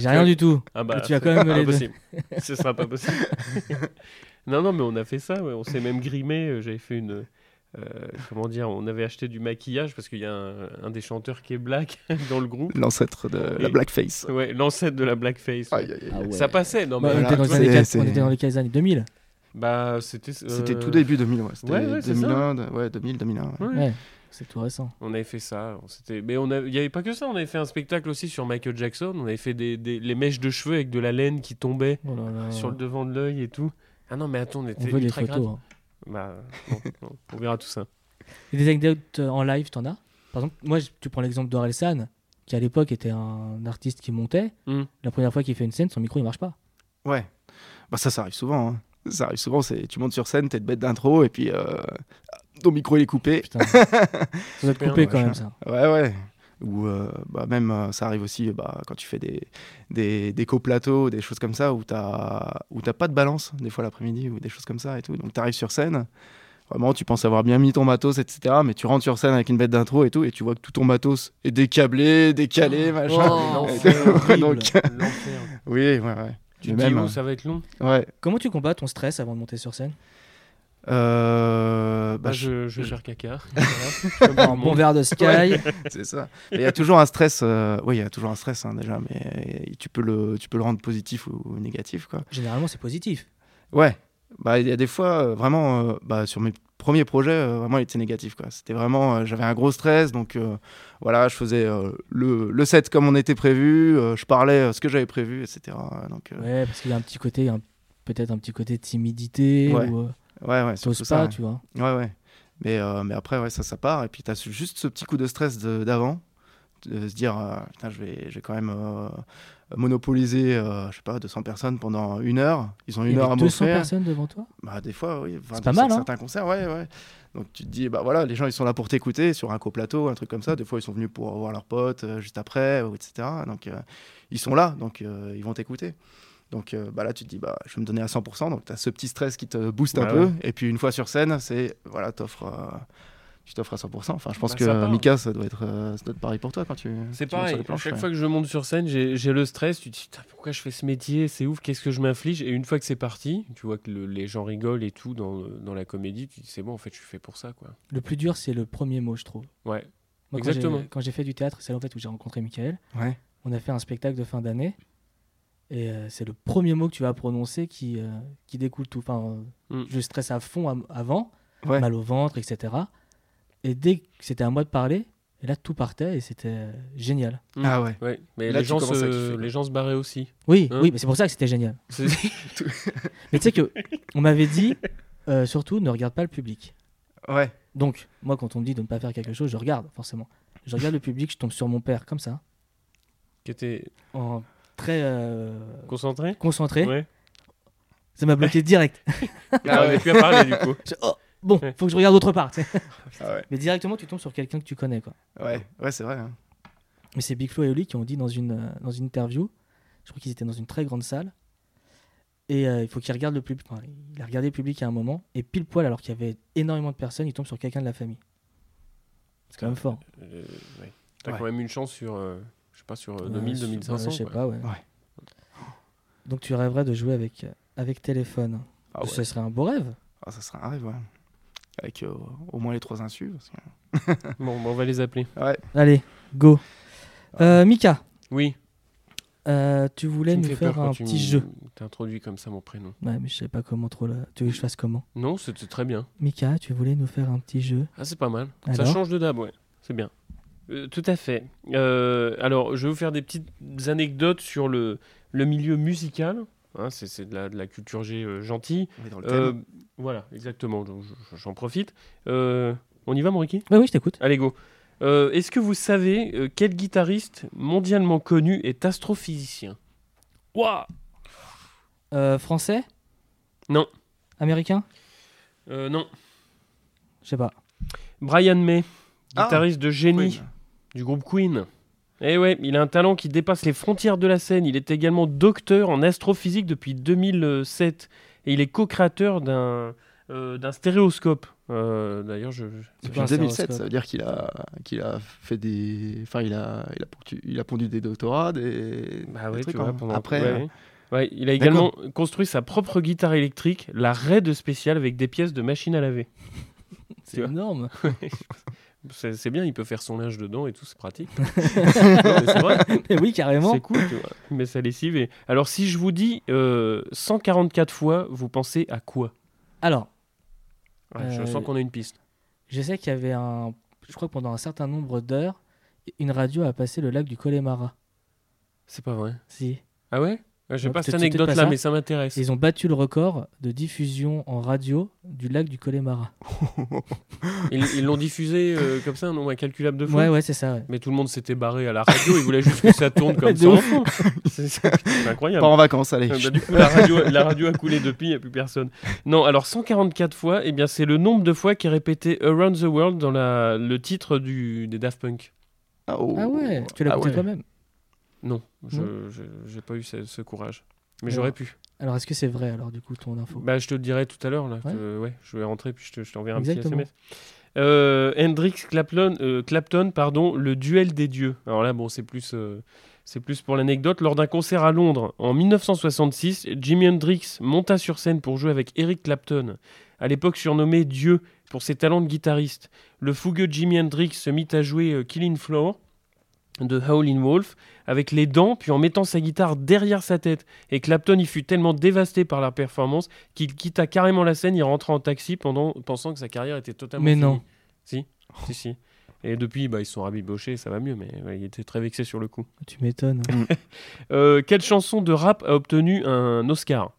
S2: J'ai rien du tout.
S3: Ah bah,
S2: tu as
S3: c'est
S2: quand même les deux.
S3: impossible. Ce sera pas possible. non, non, mais on a fait ça. ouais. On s'est même grimé. Euh, J'avais fait une. euh, comment dire On avait acheté du maquillage parce qu'il y a un, un des chanteurs qui est black dans le groupe.
S4: L'ancêtre de la
S3: Et-
S4: blackface.
S3: Ouais, l'ancêtre de la blackface. Ah ouais.
S4: Aïe, aïe, aïe.
S3: Ça passait, non mais
S2: Bah, on, était
S4: Voilà,
S2: dans les
S4: c'est-
S2: années quatre-
S4: c'est-
S2: on était dans les quinze années 2000.
S3: Bah, c'était. euh,
S4: C'était tout début 2000, ouais. C'était
S3: ouais, ouais, c'est ça.
S4: 2001, de- ouais, 2000, 2001. ouais.
S3: ouais.
S2: Ouais, c'est tout récent.
S3: On avait fait ça. on s'était- Mais on a- il n'y avait pas que ça. On avait fait un spectacle aussi sur Michael Jackson. On avait fait des, des- les mèches de cheveux avec de la laine qui tombait
S2: Oh là là.
S3: sur le devant de l'œil et tout. Ah non, mais attends, on
S2: On
S3: était
S2: veut les
S3: ultra gratte.
S2: photos. hein.
S3: Bah, bon, bon, on verra tout ça.
S2: Et des anecdotes euh, en live, t'en as Par exemple, moi, je- tu prends l'exemple d'Orelsan, qui à l'époque était un artiste qui montait.
S3: Hmm.
S2: La première fois qu'il fait une scène, son micro, il marche pas.
S4: Ouais. Bah ça, ça arrive souvent. hein. Ça arrive souvent, c'est tu montes sur scène, t'es de bête d'intro et puis euh, ton micro il est coupé.
S2: Putain. ça doit te
S3: Super,
S2: couper quand
S4: machin.
S2: même, ça.
S4: Ouais, ouais. Ou euh, bah, même euh, ça arrive aussi euh, bah, quand tu fais des, des, des coplateaux, des choses comme ça, où t'as où t'as pas de balance, des fois l'après-midi, ou des choses comme ça et tout. Donc t'arrives sur scène, vraiment tu penses avoir bien mis ton matos, etc. Mais tu rentres sur scène avec une bête d'intro et tout, et tu vois que tout ton matos est décablé, décalé, machin.
S2: Oh,
S4: Et
S2: c'est horrible.
S4: donc- euh,
S3: L'enfer.
S4: Oui, ouais, ouais.
S3: Oh. Tu te dis
S4: Mais même, hein. Bah,
S3: où ça va être long
S4: Ouais.
S2: Comment tu combats ton stress avant de monter sur scène
S4: Euh, bah,
S3: bah,
S4: je-
S3: je, je vais faire caca. Voilà. Comme tout le
S2: Un bon
S3: monde.
S2: verre de Sky.
S4: C'est ça. Mais Il y a toujours un stress. euh, Oui, il y a toujours un stress hein, déjà, mais euh, tu peux le, tu peux le rendre positif ou, ou négatif, quoi.
S2: Généralement, c'est positif.
S4: Ouais. Bah, il y a des fois, euh, vraiment, euh, bah, sur mes premiers projets, euh, vraiment, il était négatif, quoi. C'était vraiment, euh, j'avais un gros stress, donc euh, voilà, je faisais euh, le, le set comme on était prévu, euh, je parlais euh, ce que j'avais prévu, etc. Donc, euh,
S2: Ouais, parce qu'il y a un petit côté, un- peut-être un petit côté de timidité.
S4: Ouais.
S2: Ou, euh,
S4: ouais, ouais,
S2: t'oses
S4: surtout ça.
S2: pas,
S4: ouais.
S2: tu vois.
S4: Ouais, ouais. Mais, euh, mais après, ouais, ça, ça part. Et puis, tu as juste ce petit coup de stress de- d'avant, de se dire, euh, Putain, je, vais, je vais quand même euh, monopoliser, euh, je sais pas, 200 personnes pendant une heure. Ils ont
S2: Il
S4: une
S2: y
S4: heure
S2: avait
S4: à
S2: 200
S4: m'offrir.
S2: personnes devant toi
S4: Bah, des fois, oui. Enfin,
S2: C'est pas
S4: dans
S2: mal,
S4: cer-
S2: hein.
S4: Certains concerts, ouais, ouais. Donc, tu te dis, bah voilà, les gens, ils sont là pour t'écouter sur un coplateau, un truc comme ça. Des fois, ils sont venus pour voir leurs potes euh, juste après, ou etc. Donc, euh, ils sont là, donc euh, ils vont t'écouter. Donc euh, bah là, tu te dis, bah, je vais me donner à 100%. Donc, tu as ce petit stress qui te booste un
S3: Ouais,
S4: peu.
S3: ouais.
S4: Et puis, une fois sur scène, c'est, voilà, t'offres, euh, tu t'offres à 100%. Enfin, je pense
S3: Bah,
S4: que
S3: ça part.
S4: Mika, ça doit être euh, ça doit être pareil pour toi quand tu.
S3: C'est
S4: tu montes sur
S3: pareil.
S4: les
S3: À
S4: planches,
S3: chaque
S4: ouais.
S3: fois que je monte sur scène, j'ai j'ai le stress. Tu te dis Putain, pourquoi je fais ce métier C'est ouf. Qu'est-ce que je m'inflige Et une fois que c'est parti, tu vois que le- les gens rigolent et tout dans, dans la comédie. Tu te dis c'est bon, en fait, je suis fait pour ça, quoi.
S2: Le plus dur, c'est le premier mot, je trouve.
S3: Ouais.
S2: Moi, quand j'ai-
S3: Exactement.
S2: Quand j'ai fait du théâtre, c'est là en fait où j'ai rencontré Michael.
S4: Ouais.
S2: On a fait un spectacle de fin d'année. Et euh, c'est le premier mot que tu vas prononcer qui, euh, qui découle tout. Enfin, euh,
S3: Mm.
S2: Je stresse à fond am- avant,
S4: Ouais.
S2: mal au ventre, etc. Et dès que c'était à moi de parler, et là tout partait et c'était euh, génial.
S3: Mm.
S4: Ah ouais.
S3: Ouais. Mais
S4: Là,
S3: les
S4: tu
S3: gens,
S4: commences à
S3: se,
S4: kiffer.
S3: les gens se barraient aussi.
S2: Oui,
S3: Hein
S2: oui, mais c'est pour ça que c'était génial.
S3: C'est-
S2: Mais tu sais que on m'avait dit euh, surtout ne regarde pas le public.
S4: Ouais.
S2: Donc moi quand on me dit de ne pas faire quelque chose, je regarde forcément. Je regarde le public, je tombe sur mon père comme ça,
S3: Qui étaient
S2: en très euh,
S3: concentrés
S2: concentré.
S3: Ouais.
S2: Ça m'a bloqué direct.
S3: Ah,
S4: Ah
S3: on
S4: ouais.
S3: a plus à parler, du coup.
S2: Je- oh, bon, faut que je regarde autre part. tu sais.
S4: Ah ouais.
S2: Mais directement, tu tombes sur quelqu'un que tu connais. Quoi.
S4: Ouais, ouais, c'est vrai. hein.
S2: Mais c'est Big Flo et Oli qui ont dit dans une, euh, dans une interview, je crois qu'ils étaient dans une très grande salle, et euh, il faut qu'il regarde le public. Enfin, il a regardé le public à un moment, et pile poil, alors qu'il y avait énormément de personnes, il tombe sur quelqu'un de la famille. C'est quand même fort.
S3: Euh, ouais. T'as
S4: Ouais.
S3: quand même une chance sur, euh, je sais pas, sur euh,
S2: Euh,
S3: 2000,
S2: sur- ouais,
S3: 2500.
S2: Je sais
S3: quoi.
S2: pas, ouais.
S4: Ouais.
S2: Donc tu rêverais de jouer avec, euh, avec téléphone.
S4: Ah ouais.
S2: Ce serait un beau rêve.
S4: Ah, ça serait un rêve, ouais. Avec euh, au moins les trois insus. parce que-
S3: Bon, bah, on va les appeler.
S4: Ouais,
S2: Allez, go. Euh, Mika,
S3: Oui.
S2: euh, tu voulais
S3: tu me
S2: nous
S3: fais
S2: faire
S3: peur quand
S2: un
S3: tu
S2: petit
S3: m-
S2: jeu.
S3: T'introduis comme ça mon prénom.
S2: Ouais, mais je sais pas comment trop là. Tu veux que je fasse comment
S3: Non, c'était très bien.
S2: Mika, tu voulais nous faire un petit jeu.
S3: Ah, c'est pas mal. ça
S2: Alors
S3: change de dab, ouais. C'est bien. Euh, tout à fait. Euh, alors, je vais vous faire des petites anecdotes sur le, le milieu musical. Hein, c'est c'est de la, de la culture G euh, gentille.
S4: on est dans le
S3: Euh,
S4: thème.
S3: voilà, exactement. Donc, je- J'en profite. Euh, on y va, Moriki
S2: Ouais, oui, je t'écoute.
S3: Allez, go. Euh, Est-ce que vous savez euh, quel guitariste mondialement connu est astrophysicien Waouh
S2: Euh, français
S3: Non.
S2: Américain
S3: Euh, Non.
S2: Je sais pas.
S3: Brian May,
S4: Ah,
S3: guitariste de génie
S4: Queen.
S3: du groupe Queen. Eh ouais, il a un talent qui dépasse les frontières de la scène. Il est également docteur en astrophysique depuis 2007 et il est co-créateur d'un euh, d'un stéréoscope. Euh, D'ailleurs, je, je-
S2: C'est
S4: Depuis
S2: pas un
S4: 2007,
S2: stéréoscope.
S4: ça veut dire qu'il a, qu'il a fait des. Enfin, il a, il, a pondu, il a pondu des doctorats, des.
S3: Bah
S4: des
S3: ouais,
S4: trucs,
S3: tu vois,
S4: hein.
S3: pendant-
S4: Après,
S3: ouais,
S4: euh,
S3: ouais. Ouais, il a également construit sa propre guitare électrique, la Red spéciale avec des pièces de machine à laver.
S2: C'est énorme.
S3: C'est c'est bien, il peut faire son linge dedans et tout, c'est pratique. Non, mais c'est vrai.
S2: Mais oui, carrément.
S3: C'est cool, tu vois. Mais ça lessive. Et... Alors, si je vous dis euh, 144 fois, vous pensez à quoi
S2: Alors,
S3: Ouais, Je
S2: Euh,
S3: sens qu'on a une piste.
S2: je sais qu'il y avait un. Je crois que pendant un certain nombre d'heures, une radio a passé le lac du Connemara.
S3: C'est pas vrai.
S2: Si.
S3: Ah ouais Ouais, J'ai
S2: Non,
S3: pas cette
S2: peut-être- peut-être
S3: anecdote-là,
S2: pas
S3: mais ça m'intéresse.
S2: Ils ont battu le record de diffusion en radio du lac du Connemara.
S3: Ils ils l'ont diffusé euh, comme ça, un nombre incalculable de fois.
S2: Ouais, ouais, c'est ça. ouais.
S3: Mais tout le monde s'était barré à la radio, ils voulaient juste que ça tourne comme
S2: De
S3: ça.
S2: ouf.
S3: C'est c'est- c'est incroyable.
S4: Pas en vacances, allez.
S3: Euh, bah, du coup, la radio, la radio a coulé depuis, il n'y a plus personne. Non, alors 144 fois, eh bien, c'est le nombre de fois qu'est répété Around the World dans la, le titre du, des Daft Punk.
S4: oh.
S2: Ah ouais, tu l'as
S4: Ah
S2: écouté
S4: ouais.
S2: toi-même.
S3: Non, je n'ai pas eu ce, ce courage. Mais
S2: Ouais.
S3: j'aurais pu.
S2: Alors, est-ce que c'est vrai, alors, du coup, ton info
S3: Bah, je te le dirai tout à l'heure. là.
S2: Ouais.
S3: Je, ouais, je vais rentrer, puis je te- je t'enverrai un
S2: Exactement.
S3: petit SMS. Euh, Hendrix Clapton, euh, Clapton, pardon, le duel des dieux. Alors là, bon, c'est plus, euh, c'est plus pour l'anecdote. Lors d'un concert à Londres en 1966, Jimi Hendrix monta sur scène pour jouer avec Eric Clapton, à l'époque surnommé Dieu pour ses talents de guitariste. Le fougueux Jimi Hendrix se mit à jouer euh, Killing Floor de Howlin' Wolf avec les dents, puis en mettant sa guitare derrière sa tête. Et Clapton y fut tellement dévasté par la performance qu'il quitta carrément la scène et rentra en taxi pendant, pensant que sa carrière était totalement
S2: Mais
S3: finie.
S2: non.
S3: Si, si, si. Et depuis, bah, ils se sont rabibochés, ça va mieux, mais ouais, il était très vexé sur le coup.
S2: Tu m'étonnes.
S3: Euh, quelle chanson de rap a obtenu un Oscar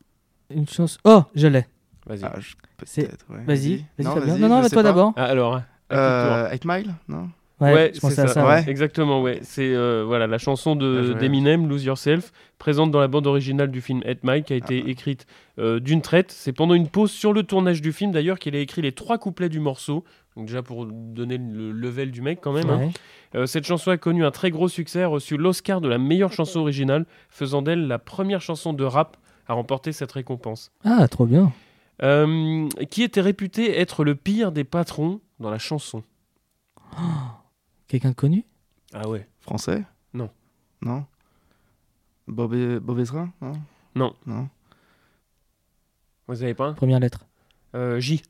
S2: Une chance. Oh, je l'ai.
S3: Vas-y.
S4: Ah, je-
S2: C'est-
S4: peut-être,
S2: Vas-y,
S4: ouais.
S2: vas-y, Fabien.
S4: vas-y,
S2: Non,
S4: je
S2: non, mais
S4: sais
S2: toi
S4: pas.
S2: d'abord.
S3: Ah, alors, à ton tour.
S4: Euh, 8 Mile, non
S2: Ouais,
S3: Ouais,
S2: je pensais
S3: c'est
S2: à
S3: ça.
S2: ça.
S4: Ouais.
S3: Exactement, ouais. C'est euh, voilà la chanson
S4: Bien
S3: de
S4: joué.
S3: d'Eminem, Lose Yourself, présente dans la bande originale du film Head Mike, qui a été écrite euh, d'une traite. C'est pendant une pause sur le tournage du film, d'ailleurs, qu'il a écrit les trois couplets du morceau. Donc déjà pour donner le level du mec quand même. hein.
S2: Ouais.
S3: Euh, cette chanson a connu un très gros succès, a reçu l'Oscar de la meilleure chanson originale, faisant d'elle la première chanson de rap à remporter cette récompense.
S2: Ah, trop bien.
S3: Euh, qui était réputé être le pire des patrons dans la chanson
S2: Quelqu'un de connu
S3: Ah ouais.
S4: Français
S3: Non.
S4: Non Bob, et- Bob Ezra non,
S3: Non.
S4: non.
S3: Vous savez pas hein
S2: Première lettre.
S3: Euh, J.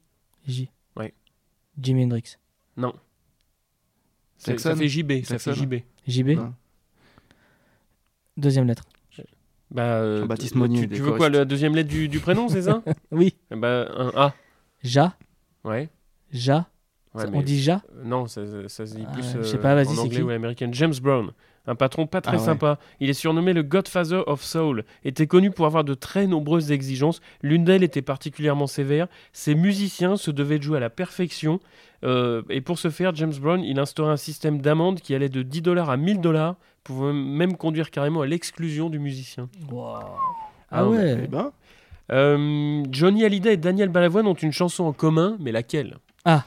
S2: J.
S3: Ouais.
S2: Jimi Hendrix.
S3: C'est-
S4: Jackson
S3: Ça fait JB, ça fait
S4: Jackson.
S3: JB.
S2: JB.
S4: Non.
S2: Deuxième lettre.
S3: Bah, euh,
S4: Jean-Baptiste
S3: tu-
S4: Monnier,
S3: Tu,
S4: des
S3: veux quoi,
S4: choristes.
S3: la deuxième lettre du, du prénom, c'est ça
S2: Oui.
S3: Bah, un A.
S2: Ja.
S3: Ouais.
S2: Ja.
S3: Ouais,
S2: On
S3: mais-
S2: dit Ja.
S3: euh, Non, ça, ça- ça se dit
S2: Ah,
S3: plus
S2: je sais
S3: euh,
S2: pas, vas-y,
S3: en
S2: c'est
S3: anglais
S2: qui
S3: ou américaine. James Brown, un patron pas très
S4: Ah ouais.
S3: sympa. Il est surnommé le Godfather of Soul. Était connu pour avoir de très nombreuses exigences. L'une d'elles était particulièrement sévère. Ses musiciens se devaient de jouer à la perfection. Euh, et pour ce faire, James Brown, il instaurait un système d'amende qui allait de 10 dollars à 1000 dollars, pouvant même conduire carrément à l'exclusion du musicien.
S2: Wow. Ah,
S3: Ah non,
S2: ouais.
S4: Eh ben,
S3: Euh, Johnny Hallyday et Daniel Balavoine ont une chanson en commun, mais laquelle
S2: Ah.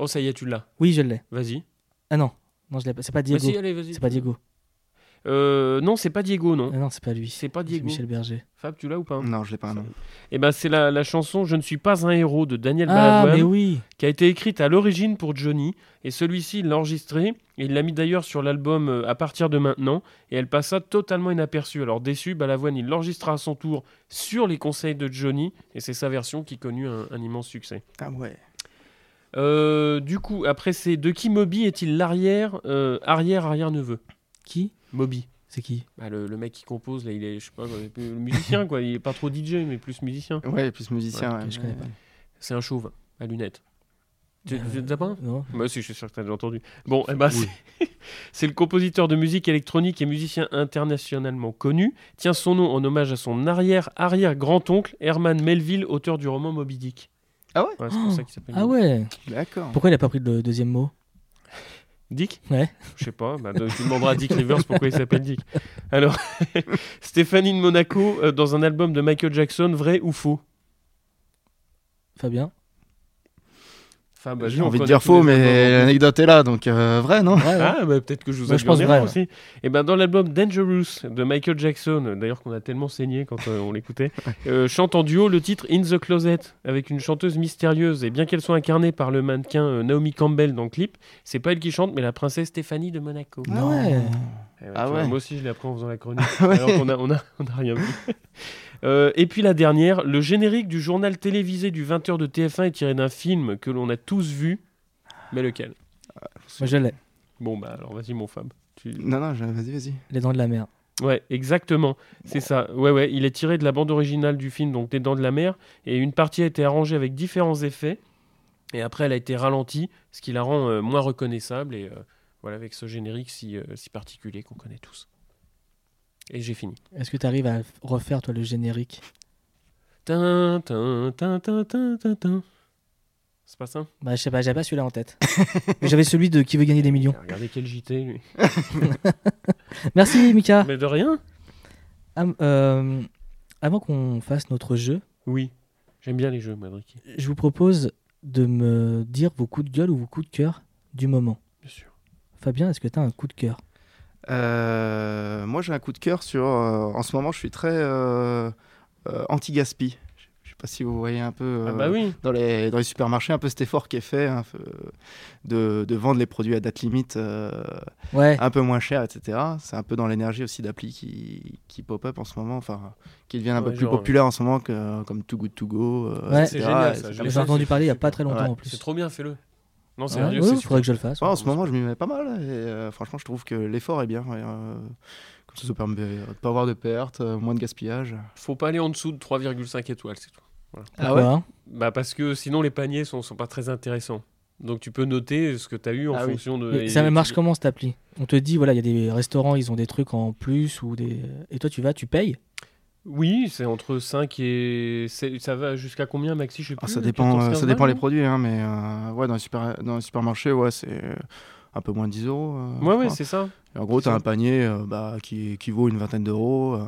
S3: Oh, ça y est, tu l'as.
S2: Oui, je l'ai.
S3: Vas-y.
S2: Ah non, non, je l'ai pas. C'est pas Diego.
S3: Vas-y, allez, vas-y.
S2: C'est pas Diego.
S3: Euh, non, c'est pas Diego, non.
S2: Ah non, c'est pas lui.
S3: C'est pas
S2: C'est
S3: Diego.
S2: Michel Mm. Berger.
S3: Fab, tu l'as ou pas
S4: Non, je l'ai pas, non.
S3: Eh ben, c'est la, la chanson Je ne suis pas un héros de Daniel
S2: Ah,
S3: Balavoine.
S2: mais oui.
S3: qui a été écrite à l'origine pour Johnny, et celui-ci l'a enregistrée, et il l'a mis d'ailleurs sur l'album euh, à partir de maintenant, et elle passa totalement inaperçue. Alors déçu, Balavoine, il l'enregistra à son tour sur les conseils de Johnny, et c'est sa version qui connut un, un immense succès.
S4: Ah ouais.
S3: Euh, du coup, après c'est de qui Moby est-il l'arrière, euh, arrière, arrière neveu
S2: Qui
S3: Moby.
S2: C'est qui
S3: Bah, le, le mec qui compose, là, il est, je sais pas, quoi, le musicien, quoi. Il est pas trop DJ, mais plus musicien.
S4: Ouais, plus musicien.
S2: ok,
S4: ouais.
S2: je connais pas.
S3: C'est un chauve, à lunettes. Tu, tu
S2: Euh,
S3: t'as pas
S2: Non.
S3: Moi aussi, je suis sûr que tu as déjà entendu. Bon, eh ben,
S4: Oui.
S3: c'est- c'est le compositeur de musique électronique et musicien internationalement connu. Tient son nom en hommage à son arrière-arrière-grand-oncle, Herman Melville, auteur du roman Moby Dick.
S4: Ah ouais
S3: C'est pour ça qu'il s'appelle
S2: Ah
S3: Moby.
S2: ouais.
S4: D'accord.
S2: Pourquoi il a pas pris le deuxième mot
S3: Dick
S2: Ouais.
S3: Je sais pas. bah, de- tu demanderas à Dick Rivers pourquoi il s'appelle Dick. Alors, Stéphanie de Monaco, euh, dans un album de Michael Jackson, vrai ou faux
S2: Fabien.
S3: Enfin, bah,
S4: J'ai
S3: nous, on
S4: envie de
S3: connaît
S4: dire
S3: tous
S4: faux,
S3: les
S4: mais
S3: albums.
S4: l'anecdote est là, donc euh, vrai, non
S2: Ouais, ouais.
S3: Ah, bah, peut-être que je vous
S2: Moi,
S3: ai
S2: je pense vrai,
S3: aussi. Et ben dans l'album Dangerous de Michael Jackson, euh, d'ailleurs qu'on a tellement saigné quand euh, on l'écoutait, euh, chante en duo le titre In the Closet avec une chanteuse mystérieuse. Et bien qu'elle soit incarnée par le mannequin euh, Naomi Campbell dans le clip, c'est pas elle qui chante, mais la princesse Stéphanie de Monaco.
S2: Ah ouais.
S3: Eh ouais,
S4: Ah
S3: tu vois,
S4: ouais. Ah
S3: Moi aussi, je l'ai appris en faisant la chronique. Alors qu'on a, on a, on a rien vu. Euh, et puis la dernière, le générique du journal télévisé du 20h de TF1 est tiré d'un film que l'on a tous vu, mais lequel
S2: Moi, je l'ai.
S3: Bon, bah alors vas-y, mon Fab. Tu...
S4: Non, non, je- vas-y, vas-y.
S2: Les dents de la mer.
S3: Ouais, exactement. C'est ça. Ouais, ouais. Il est tiré de la bande originale du film, donc Des Dents de la Mer, et une partie a été arrangée avec différents effets, et après elle a été ralentie, ce qui la rend euh, moins reconnaissable, et euh, voilà, avec ce générique si, euh, si particulier qu'on connaît tous. Et j'ai fini.
S2: Est-ce que tu arrives à refaire, toi, le générique
S3: Tin, tin, tin, tin, tin, tin, tin. C'est pas ça
S2: Bah, je sais pas, j'avais pas celui-là en tête. Mais J'avais celui de Qui veut gagner des millions.
S3: Regardez quel JT, lui.
S2: Merci, Mika.
S3: Mais de rien
S2: Am- euh, avant qu'on fasse notre jeu,
S3: Oui. J'aime bien les jeux, Madriki.
S2: je vous propose de me dire vos coups de gueule ou vos coups de cœur du moment.
S3: Bien sûr.
S2: Fabien, est-ce que tu as un coup de cœur
S4: Euh, moi, j'ai un coup de cœur sur. euh, en ce moment, je suis très euh, euh, anti-gaspi. Je je sais pas si vous voyez un peu.
S3: Ah
S4: euh,
S3: bah oui
S4: dans les, dans les supermarchés, un peu cet effort qui est fait hein, f- euh, de, de vendre les produits à date limite euh,
S2: Ouais,
S3: Ah,
S4: un peu moins cher, etc. C'est un peu dans l'énergie aussi d'appli qui, qui pop-up en ce moment, enfin, qui devient un
S3: Ouais,
S4: peu plus
S3: genre,
S4: populaire en ce moment, que, comme Too Good To Go. euh,
S2: Ouais.
S4: etc.
S3: C'est génial, ça,
S4: Et c'est
S3: je
S4: comme
S3: l'ai
S2: j'ai
S3: ça,
S2: entendu
S3: c'est
S2: parler il y a
S3: super.
S2: pas très longtemps
S4: Ouais,
S2: en plus.
S3: C'est trop bien, fais-le. Non,
S2: Ouais, ouais,
S3: sérieux, c'est Ah,
S2: faudrait
S3: super.
S2: que je le fasse.
S4: Ah, Ouais,
S2: ouais.
S4: en ce moment, je m'y mets pas mal et euh, franchement, je trouve que l'effort est bien. ouais, euh, comme ça, ça permet de pas avoir de pertes, euh, moins de gaspillage.
S3: Faut pas aller en dessous de 3,5 étoiles, c'est tout.
S2: Pourquoi, hein
S3: Bah parce que sinon les paniers sont, sont pas très intéressants. Donc tu peux noter ce que tu as eu en
S4: Ah oui.
S3: fonction de.
S2: Mais
S3: et-
S2: ça
S3: et-
S2: marche comment cette appli On te dit, voilà, il y a des restaurants, ils ont des trucs en plus, ou des... et toi tu vas, tu payes
S3: Oui, c'est entre 5 et. c'est- Ça va jusqu'à combien, Maxi Je sais
S4: Ah,
S3: plus,
S4: ça dépend,
S3: 14,
S4: euh,
S3: 15,
S4: ça dépend les
S3: non
S4: produits, hein, mais euh, ouais, dans, les super, dans les supermarchés, ouais, c'est euh, un peu moins de 10 euros. euh, je
S3: Ouais,
S4: crois.
S3: ouais, c'est ça.
S4: Et En gros, tu as
S3: C'est
S4: un
S3: ça.
S4: panier euh, bah, qui, qui vaut une vingtaine d'euros, euh,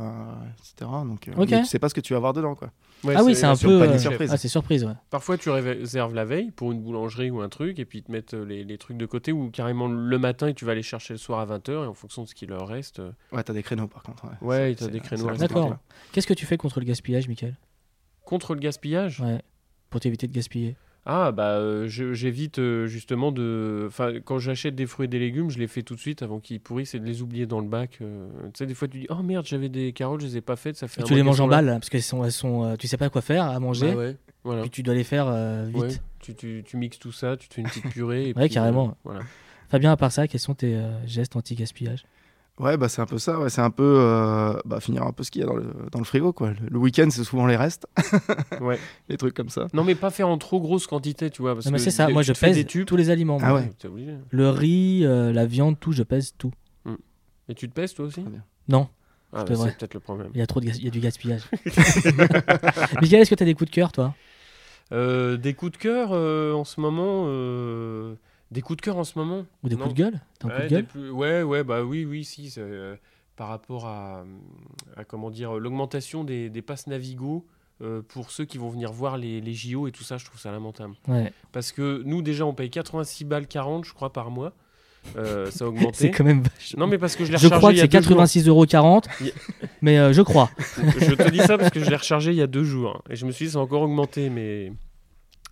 S4: etc. Donc, euh,
S2: Ok.
S4: mais tu sais pas ce que tu vas avoir dedans. Quoi.
S3: Ouais,
S2: Ah oui, c'est un
S3: la
S2: peu,
S3: surprise.
S2: euh,
S4: surprise.
S2: Ah, c'est surprise, ouais.
S3: Parfois tu réserves la veille pour une boulangerie ou un truc et puis ils te mettent euh, les, les trucs de côté ou carrément le matin et tu vas les chercher le soir à 20h et en fonction de ce qui leur reste. euh,
S4: Ouais, tu as des créneaux par contre.
S3: Ouais,
S4: C'est-
S3: t'as
S4: c'est-
S3: des
S4: c'est
S3: créneaux
S4: la
S3: à
S4: contrainte,
S2: D'accord.
S4: là.
S2: Qu'est-ce que tu fais contre le gaspillage, Michael
S3: Contre le gaspillage
S2: Ouais. Pour t'éviter de gaspiller.
S3: Ah bah euh, je- j'évite euh, justement de enfin quand j'achète des fruits et des légumes, je les fais tout de suite avant qu'ils pourrissent et de les oublier dans le bac. euh. Tu sais des fois tu dis "Oh merde, j'avais des carottes, je les ai pas faites, ça fait
S2: Et
S3: un
S2: tu
S3: mois
S2: les
S3: qu'elles
S2: manges en
S3: sont là."
S2: balle, là, parce que elles sont, elles sont, euh, tu sais pas quoi faire à manger,
S3: Bah ouais, voilà.
S2: puis tu dois les faire euh, vite.
S3: Ouais, Tu, tu, tu mixes tout ça, tu te fais une petite purée et
S2: Ouais,
S3: puis,
S2: carrément.
S3: euh, voilà.
S2: Fabien, à part ça, quels sont tes euh, gestes anti-gaspillage
S4: Ouais, bah, c'est un peu ça. Ouais. C'est un peu euh, bah, finir un peu ce qu'il y a dans le, dans le frigo. Quoi. Le, le week-end, c'est souvent les restes,
S3: Ouais.
S4: les trucs comme ça.
S3: Non mais pas faire en trop grosse quantité, tu vois parce
S2: Non, mais
S3: que
S2: c'est ça,
S3: tu-
S2: moi
S3: tu
S2: je
S3: te fais
S2: pèse
S3: des tubes.
S2: tous les aliments.
S4: Ah
S2: moi.
S4: ouais.
S3: T'es obligé.
S2: Le riz, euh, la viande, tout, je pèse tout.
S3: Et tu te pèses toi aussi
S4: Très bien.
S2: Non,
S3: Ah,
S2: C'est
S3: bah,
S2: vrai.
S3: c'est peut-être le problème.
S2: il y a trop de gas- il y a du gaspillage. Michael, est-ce que t'as des coups de cœur, toi
S3: Euh, des coups de cœur euh, en ce moment euh, des coups de cœur en ce moment
S2: Ou des
S3: Non.
S2: coups de gueule T'as un
S3: Ouais,
S2: coup de
S3: des
S2: gueule
S3: plus- ouais, ouais, bah oui, oui, si. c'est, euh, par rapport à, à, comment dire l'augmentation des, des passes Navigo euh, pour ceux qui vont venir voir les, les JO et tout ça, je trouve ça lamentable.
S2: Ouais.
S3: Parce que nous, déjà, on paye 86 balles 40, je crois, par mois. Euh, ça a
S2: C'est
S3: augmenté.
S2: quand même vache.
S3: Non, mais parce que je l'ai
S2: Je
S3: rechargé.
S2: crois
S3: il
S2: que
S3: y a
S2: c'est
S3: deux jours.
S2: 86,40€,
S3: Yeah.
S2: mais euh, je crois.
S3: je te dis ça parce que je l'ai rechargé il y a deux jours. hein. Et je me suis dit, ça a encore augmenté, mais.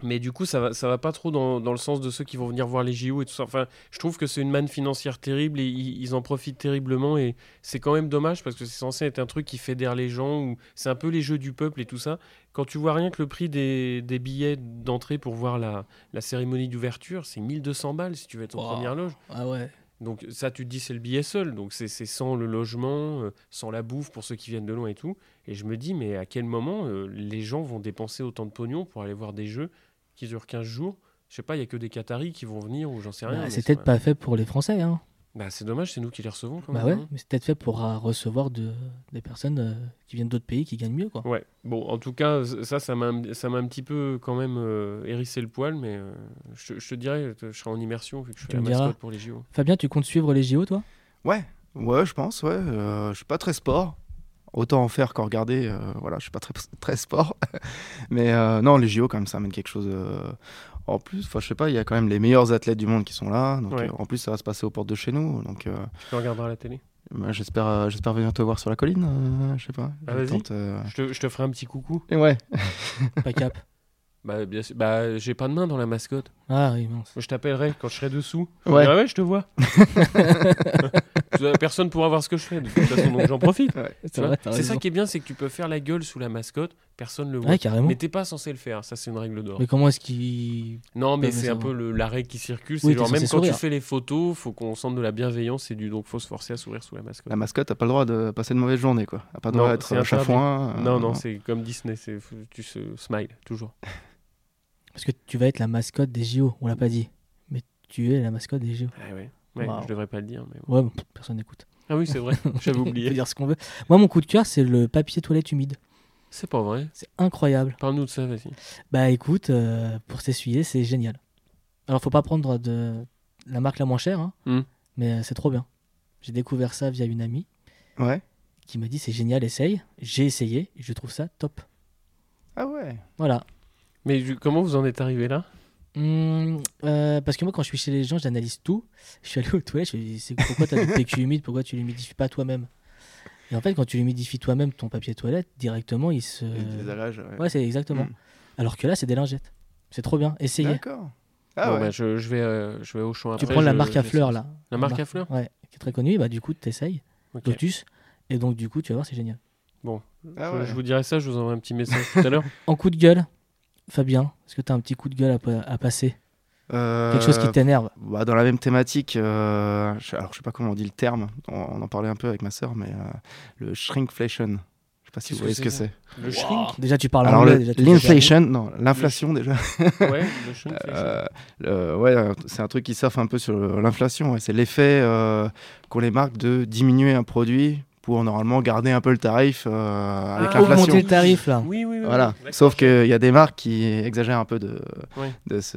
S3: Mais du coup, ça va, ça va pas trop dans, dans le sens de ceux qui vont venir voir les JO et tout ça. Enfin, je trouve que c'est une manne financière terrible et ils, ils en profitent terriblement. Et c'est quand même dommage parce que c'est censé être un truc qui fédère les gens. ou C'est un peu les jeux du peuple et tout ça. Quand tu vois rien que le prix des, des billets d'entrée pour voir la, la cérémonie d'ouverture, c'est 1200 balles si tu veux être en
S2: Wow.
S3: première loge.
S2: Ah ouais.
S3: Donc ça, tu te dis, c'est le billet seul. Donc c'est c'est sans le logement, euh, sans la bouffe pour ceux qui viennent de loin et tout. Et je me dis, mais à quel moment euh, les gens vont dépenser autant de pognon pour aller voir des jeux qui durent 15 jours Je sais pas, il y a que des Qataris qui vont venir ou j'en sais rien. mais
S2: Bah, c'est peut-être
S3: pas-
S2: pas fait pour les Français. Hein.
S3: Bah, c'est dommage, c'est nous qui les recevons quand
S2: Bah ouais,
S3: même. hein.
S2: mais c'est peut-être fait pour euh, recevoir de, des personnes euh, qui viennent d'autres pays qui gagnent mieux. Quoi.
S3: hein. Ouais. Bon, en tout cas, ça, ça m'a un- ça m'a un petit peu quand même euh, hérissé le poil, mais euh, je, te- je te dirais, je serai en immersion vu que je suis
S2: Tu
S3: la
S2: me diras.
S3: mascotte pour les JO.
S2: Fabien, tu comptes suivre les JO, toi
S4: Ouais, ouais, je pense, ouais. Euh, je suis pas très sport. Autant en faire qu'en regarder, euh, voilà, je suis pas très, très sport. Mais euh, non, les JO, quand même, ça amène quelque chose. euh, en plus, enfin, je sais pas, il y a quand même les meilleurs athlètes du monde qui sont là. Donc,
S3: Ouais.
S4: euh, en plus, ça va se passer aux portes de chez nous. Donc, euh,
S3: Tu le regarderas à la télé.
S4: bah, j'espère euh, j'espère venir te voir sur la colline. euh, je sais pas.
S3: Ah,
S4: Je
S3: vas-y.
S4: tente, euh,
S3: Je te, je te ferai un petit coucou.
S4: Et ouais,
S2: Pas cap.
S3: Bah, bien sûr. Bah, j'ai pas de main dans la mascotte.
S2: Ah oui, mince.
S3: Je t'appellerai quand je serai dessous. Je
S4: Ouais.
S3: dirai, ouais, je te vois. Personne pourra voir ce que je fais, de toute façon, donc j'en profite.
S2: C'est
S3: tu vois.
S2: vrai, t'as
S3: C'est ça
S2: raison.
S3: qui est bien, c'est que tu peux faire la gueule sous la mascotte, personne le voit.
S2: Ah Ouais, carrément.
S3: Mais
S2: Mais,
S3: t'es pas censé le faire, ça c'est une règle d'or.
S2: comment est-ce qu'ils.
S3: Non, mais
S2: Ouais, mais
S3: c'est
S2: ça
S3: un
S2: va.
S3: peu le- la règle qui circule. C'est
S2: Oui, t'es
S3: genre, même
S2: censé
S3: quand tu
S2: sourire.
S3: fais les photos, faut qu'on sente de la bienveillance et du donc faut se forcer à sourire sous la mascotte.
S4: la
S2: Ah,
S4: mascotte, t'as pas le droit de passer une mauvaise journée, quoi. T'as pas le
S3: Non,
S4: droit d'être
S3: c'est
S4: euh,
S3: interdit.
S4: chafouin.
S2: bah,
S4: euh,
S3: non, non, c'est comme Disney, c'est faut- tu se smile toujours.
S2: Parce que tu vas être la mascotte des JO, on l'a pas dit. Mais tu es la mascotte des JO.
S3: Ah ouais. Ouais,
S2: Wow.
S3: Je devrais pas le dire, mais bon.
S2: Ouais, bon, personne n'écoute.
S3: Ah oui, c'est vrai, j'avais
S2: On peut
S3: oublié.
S2: dire ce qu'on veut. Moi, mon coup de cœur, c'est le papier toilette humide.
S3: C'est pas vrai.
S2: C'est incroyable.
S3: Parle-nous de ça, vas-y.
S2: Bah écoute, euh, pour s'essuyer, c'est génial. Alors faut pas prendre de la marque la moins chère, hein,
S3: Mm.
S2: mais euh, c'est trop bien. J'ai découvert ça via une amie
S4: Ouais.
S2: qui m'a dit c'est génial, essaye. J'ai essayé et je trouve ça top.
S4: Ah ouais.
S2: Voilà.
S3: Mais du- comment vous en êtes arrivé là
S2: Hum, euh, parce que moi quand je suis chez les gens, j'analyse tout. Je suis allé aux toilettes, je me suis dit, c'est pourquoi t'as du PQ humide, pourquoi tu l'humidifies pas toi-même Et en fait quand tu l'humidifies toi-même ton papier toilette, directement il se...
S4: Les désalages, ouais.
S2: Euh, Ouais c'est exactement.
S4: Mm.
S2: Alors que là c'est des lingettes. C'est trop bien, essayez.
S4: D'accord. Ah
S3: Bon,
S4: ouais.
S3: bah, je, je vais, euh, je vais au champ
S2: Tu
S3: après.
S2: prends la
S3: je-
S2: marque à
S3: je-
S2: fleurs là.
S3: La marque à fleurs
S2: Ouais, qui est très connue, bah du coup tu essayes,
S3: Ok.
S2: Lotus, et donc du coup tu vas voir, c'est génial.
S4: Ah
S3: bah, Je-
S4: ouais.
S3: Je vous dirai ça, je vous envoie un petit message tout à l'heure.
S2: En coup de gueule, Fabien, est-ce que t'as un petit coup de gueule à, pa- à passer
S4: Euh,
S2: Quelque chose qui t'énerve
S4: bah, dans la même thématique, euh, je, alors je sais pas comment on dit le terme, on, on en parlait un peu avec ma sœur, mais euh, le shrinkflation. Je sais pas si
S3: Qu'est-ce
S4: vous voyez
S3: que
S4: ce que
S3: c'est
S4: c'est.
S3: Le shrink
S2: Déjà tu parles
S4: Alors
S2: anglais,
S4: le-
S2: Ah, déjà tu
S4: l'inflation, non, l'inflation déjà.
S3: Ouais, le shrink. c'est ça.
S4: Euh, le- ouais, euh, c'est un truc qui surfe un peu sur le- l'inflation. ouais. C'est l'effet euh, qu'ont les marques de diminuer un produit pour normalement garder un peu le tarif euh, avec
S3: Ah,
S4: l'inflation.
S2: Augmenter le tarif là.
S3: Oui, oui, oui. oui.
S4: Voilà.
S3: Mmh. D'accord.
S4: Sauf qu'il y a des marques qui exagèrent un peu de,
S3: Ouais.
S4: de ce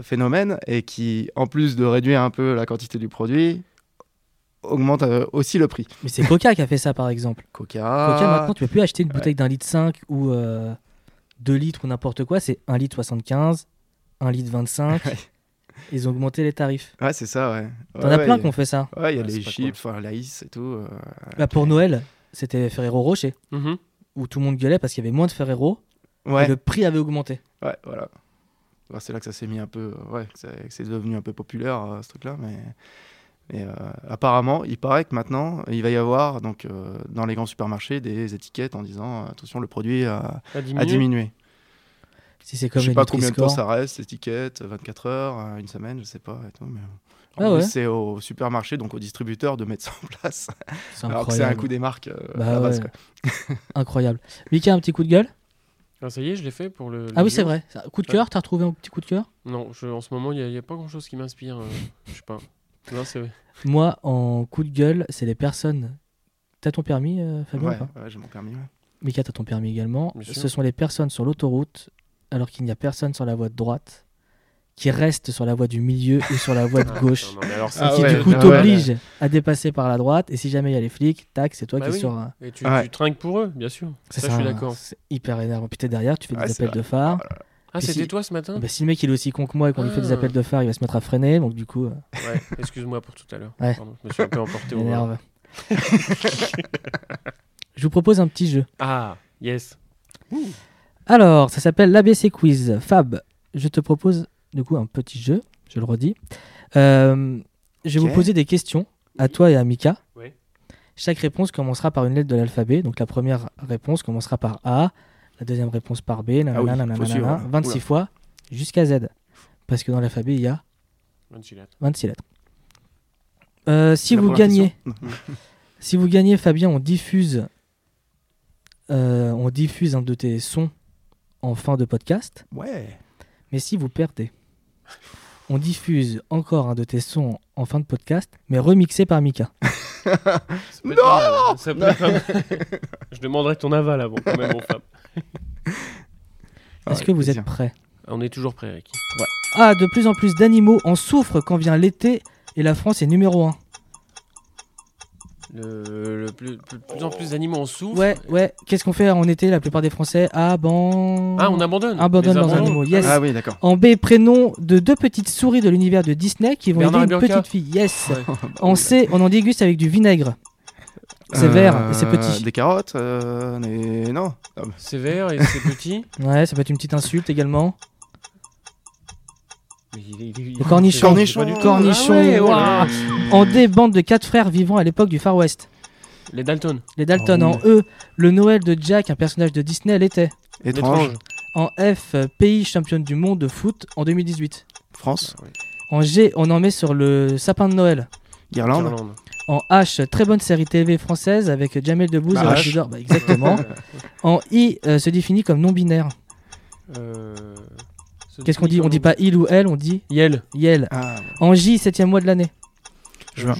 S4: phénomène et qui, en plus de réduire un peu la quantité du produit, augmentent euh, aussi le prix.
S2: Mais c'est Coca qui a fait ça par exemple.
S4: Coca.
S2: Coca maintenant tu peux plus acheter une bouteille d'un litre 5 ou euh, 2 litres ou n'importe quoi, c'est 1 litre 75, 1 litre 25.
S4: Ouais.
S2: Ils ont augmenté les tarifs.
S4: Ouais, c'est ça, ouais.
S2: T'en
S4: Ouais,
S2: as
S4: ouais,
S2: plein
S4: y a-
S2: qui ont fait Ah, ça.
S4: Ouais, il y a
S3: Ouais,
S4: les
S3: c'est pas
S4: chips, enfin, l'aïs et tout. euh,
S2: Bah, pour Noël, c'était Ferrero Rocher,
S3: Mhm.
S2: où tout le monde gueulait parce qu'il y avait moins de Ferrero et
S4: Ouais,
S2: le prix avait augmenté.
S4: ouais, voilà. Bah, c'est là que ça s'est mis un peu. euh, Ouais, que c'est- que c'est devenu un peu populaire, euh, ce truc-là, mais. mais, euh, apparemment, il paraît que maintenant, il va y avoir donc euh, dans les grands supermarchés des étiquettes en disant euh, attention, le produit a,
S3: À 10
S4: a
S3: minutes.
S4: diminué.
S2: Si c'est comme
S4: je sais
S2: le
S4: pas combien de temps
S2: Nutri-Score.
S4: ça reste, étiquette, 24 heures, euh, une semaine, je sais pas. et tout, mais... En
S2: Ah
S4: plus,
S2: ouais.
S4: C'est au supermarché, donc au distributeur, de mettre ça en place.
S2: C'est
S4: Alors que c'est un coup des marques euh, à
S2: Bah
S4: la base,
S2: ouais.
S4: quoi.
S2: Incroyable. Mika, un petit coup de gueule
S3: Ah, ça y est, je l'ai fait pour le.
S2: Ah
S3: le
S2: oui,
S3: jeu.
S2: c'est vrai. Ça- Coup de cœur, t'as retrouvé un petit coup de cœur
S3: Non, je- en ce moment, il n'y a, pas grand chose qui m'inspire. euh, je sais pas. Non, c'est-
S2: Moi, en coup de gueule, c'est les personnes. T'as ton permis, euh, Fabien ou
S4: Ouais,
S2: pas
S4: ouais, j'ai mon permis. ouais.
S2: Mika, t'as ton permis également.
S3: Bien sûr.
S2: Ce sont les personnes sur l'autoroute, alors qu'il n'y a personne sur la voie de droite, qui restent sur la voie du milieu ou sur la voie de gauche.
S3: Ah, non, mais alors,
S2: Ce
S3: ça,
S4: Ah
S2: qui
S4: ouais,
S2: du coup
S4: ah ouais.
S2: t'oblige à dépasser par la droite et si jamais il y a les flics, tac, c'est toi
S3: Bah
S2: qui
S3: oui.
S2: es sur un-
S3: et tu,
S4: Ah Ouais.
S3: tu trinques pour eux, bien sûr. Ça,
S2: C'est
S3: je suis
S2: un-
S3: d'accord.
S2: C'est hyper énervant. Puis t'es derrière, tu fais
S4: Ouais,
S2: des
S4: c'est
S2: appels
S4: vrai.
S2: de phare.
S3: Ah,
S2: Et
S3: c'était
S2: si-
S3: toi ce matin
S2: Bah, si le mec il est aussi con que moi et qu'on lui fait des
S3: Ah.
S2: appels de phare, il va se mettre à freiner, donc du coup, euh,
S3: Ouais, excuse-moi pour tout à l'heure.
S2: Ouais.
S3: Pardon, je me suis un peu emporté
S2: il
S3: au vent.
S2: énerve. Je vous propose un petit jeu.
S3: Ah, yes.
S2: Alors, ça s'appelle l'ABC Quiz. Fab, je te propose du coup un petit jeu, je le redis. Euh, je vais
S4: Ok.
S2: vous poser des questions à toi et à Mika.
S3: Oui.
S2: Chaque réponse commencera par une lettre de l'alphabet. Donc la première réponse commencera par A, la deuxième réponse par B, nanana,
S4: Ah oui, faut
S2: nanana,
S4: suivre, hein.
S2: 26
S4: Oula.
S2: fois jusqu'à Z. Parce que dans l'alphabet, il y a
S3: Bonne gilette.
S2: 26 lettres. Euh, si
S4: La
S2: vous
S4: première
S2: gagnez,
S4: question. Mm.
S2: si vous gagnez, Fabien, on diffuse, euh, on diffuse un de tes sons en fin de podcast.
S4: Ouais.
S2: Mais si vous perdez, on diffuse encore un de tes sons en fin de podcast, mais remixé par Mika.
S3: Ça peut être pas mal, ça peut être pas mal. Je demanderai ton aval avant, quand même, mon femme.
S4: Ah,
S2: Est-ce
S4: avec
S2: que vous
S4: Ah plaisir.
S2: êtes prêts
S3: On est toujours prêt, Ricky.
S2: Ah, de plus en plus d'animaux en souffrent quand vient l'été et la France est numéro 1.
S3: Le, le plus, plus- plus en plus d'animaux en souffrent.
S2: Ouais, ouais. Qu'est-ce qu'on fait en été La plupart des Français abandonnent.
S3: Ah, on abandonne.
S2: Abandonne
S3: Les
S2: leurs
S3: abandons.
S2: animaux, yes.
S4: Ah oui, d'accord.
S2: En B, prénom de deux petites souris de l'univers de Disney qui vont
S3: Bernard
S2: aider
S3: et
S2: une
S3: Bianca.
S2: petite fille. Yes.
S3: Ouais.
S2: En C, on en déguste avec du vinaigre. C'est vert et c'est
S4: Euh,
S2: petit.
S4: Des carottes, euh, mais non. Ah, bah,
S3: C'est vert et c'est petit.
S2: Ouais, ça peut être une petite insulte également.
S3: Mais il est- il est- il
S2: Le
S3: est-
S2: cornichon.
S3: Cornichon.
S4: Cornichon.
S2: Cornichon.
S3: Ah ouais, ouah.
S2: En D, bande de quatre frères vivant à l'époque du Far West.
S3: Les Dalton.
S2: Les Dalton.
S4: Ah
S2: En
S4: oui.
S2: E, le Noël de Jack, un personnage de Disney, l'était.
S4: Étrange.
S3: L'étrange.
S2: En F, euh, pays championne du monde de foot en 2018.
S4: France,
S2: En G, on en met sur le sapin de Noël.
S4: Guirlande.
S3: Irlande.
S2: En H, très bonne série TV française avec Jamel Debbouze
S4: Bah,
S2: et
S4: H.
S2: Rachid Dor- bah, exactement. en I, euh, se définit comme non-binaire.
S3: Euh, ce
S2: Qu'est-ce qu'on dit On dit
S3: Nicolas-
S2: pas il ou elle, on dit
S3: Yel.
S2: Yel.
S4: Ah,
S2: En J, septième mois de l'année.
S4: Juin.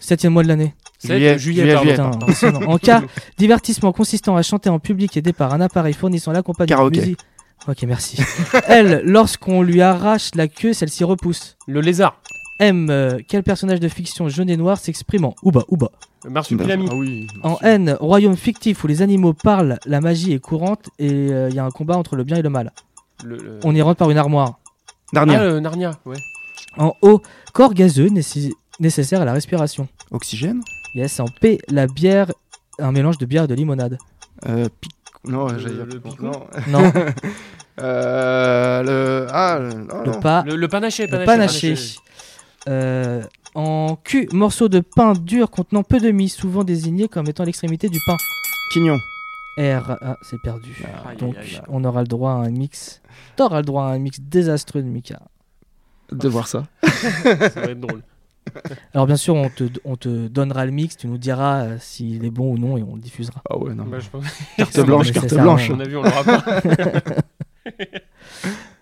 S2: Septième mois de l'année.
S3: Sept,
S4: Juillet,
S3: juillet,
S4: juillet,
S3: pardon.
S4: juillet.
S2: Putain, impressionnant. en cas, divertissement consistant à chanter en public aidé par un appareil fournissant l'accompagnement de
S4: Karaoké.
S2: musique. Ok, merci. Elle, lorsqu'on lui arrache la queue, celle-ci repousse.
S3: Le lézard.
S2: M, euh, quel personnage de fiction jaune et noir s'exprime en Ouba Ouba
S3: Le Marsupilami.
S4: Ah oui.
S2: En N, royaume fictif où les animaux parlent, la magie est courante et il y a un combat entre le bien et le mal.
S3: Le, le-
S2: On y rentre par une armoire.
S4: Narnia.
S3: Ah, le Narnia, ouais.
S2: En O, corps gazeux nécess- nécessaire à la respiration.
S4: Oxygène.
S2: Yes, en P, la bière, un mélange de bière et de limonade.
S4: Euh, pic- Non,
S3: Le-
S4: j'allais dire-
S3: le picou.
S4: non.
S2: Non,
S4: Euh, le. Ah, le. non,
S2: le
S4: non.
S2: pas.
S3: Le, le panaché,
S2: Le panaché. Euh, en Q, morceau de pain dur contenant peu de mie, souvent désigné comme étant l'extrémité du pain.
S4: Quignon.
S2: R, ah, c'est perdu.
S3: Aïe,
S2: Donc,
S3: aïe, aïe.
S2: on aura le droit à un mix. T'auras le droit à un mix désastreux de Mika.
S4: De voir ça.
S3: Ça va être drôle.
S2: Alors, bien sûr, on te, on te donnera le mix, tu nous diras euh, s'il est bon ou non et on le diffusera.
S4: Ah ouais, non.
S3: Bah, je pense-
S4: Carte
S3: Non,
S4: blanche,
S2: mais
S4: carte
S2: c'est ça, hein.
S3: À
S4: blanche.
S3: mon avis, on l'aura pas.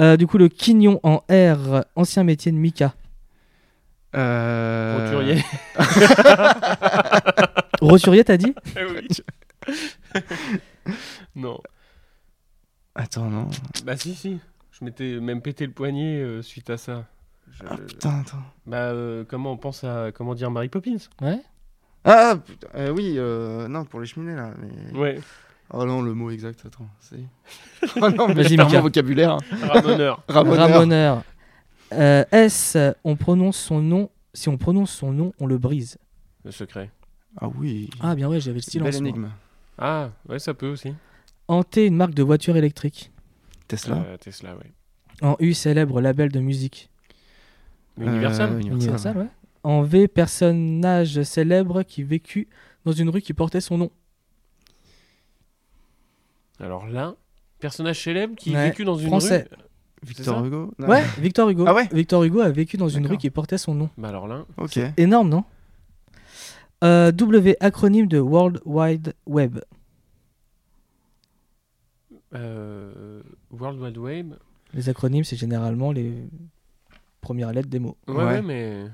S2: Euh, du coup, le quignon en R, ancien métier de Mika.
S4: Euh,
S3: Roturier.
S2: Roturier, t'as dit
S3: Eh oui. non.
S4: Attends, non.
S3: Bah si, si. Je m'étais même pété le poignet euh, suite à ça. Je-
S4: Ah putain, attends.
S3: Bah euh, comment on pense à comment dire Mary Poppins
S2: Ouais.
S4: Ah putain, euh, oui, euh, non, pour les cheminées là. Mais...
S3: Ouais.
S4: Oh non, le mot exact, attends. c'est- oh non, mais
S2: Vas-y,
S4: j'ai un
S2: Mika.
S4: vocabulaire.
S3: Ramoneur.
S4: Ramoneur.
S2: Ramoneur. Euh, S, on prononce son nom. Si on prononce son nom, on le brise.
S3: Le secret.
S4: Ah oui.
S2: Ah, bien ouais, j'avais le
S4: Belle
S2: silence. moi.
S4: énigme.
S3: Ah ouais, ça peut aussi.
S2: En T, une marque de voiture électrique.
S4: Tesla.
S3: Euh, Tesla, ouais.
S2: En U, célèbre label de musique.
S3: Universal.
S4: Euh, Universal.
S2: Universal, ouais. En V, personnage célèbre qui vécut dans une rue qui portait son nom.
S3: Alors là, personnage célèbre qui
S2: Ouais,
S3: vécu dans une
S2: français.
S3: rue.
S4: Victor
S3: C'est ça
S4: Hugo. Non.
S2: Ouais, Victor Hugo.
S4: Ah ouais
S2: Victor Hugo a vécu dans une
S4: D'accord.
S2: rue qui portait son nom.
S3: Bah alors là,
S4: Ok.
S2: Énorme, non Euh, W, acronyme de World Wide Web.
S3: euh, World Wide Web.
S2: Les acronymes, c'est généralement les premières lettres des mots.
S3: Ouais,
S4: Ouais.
S3: ouais, mais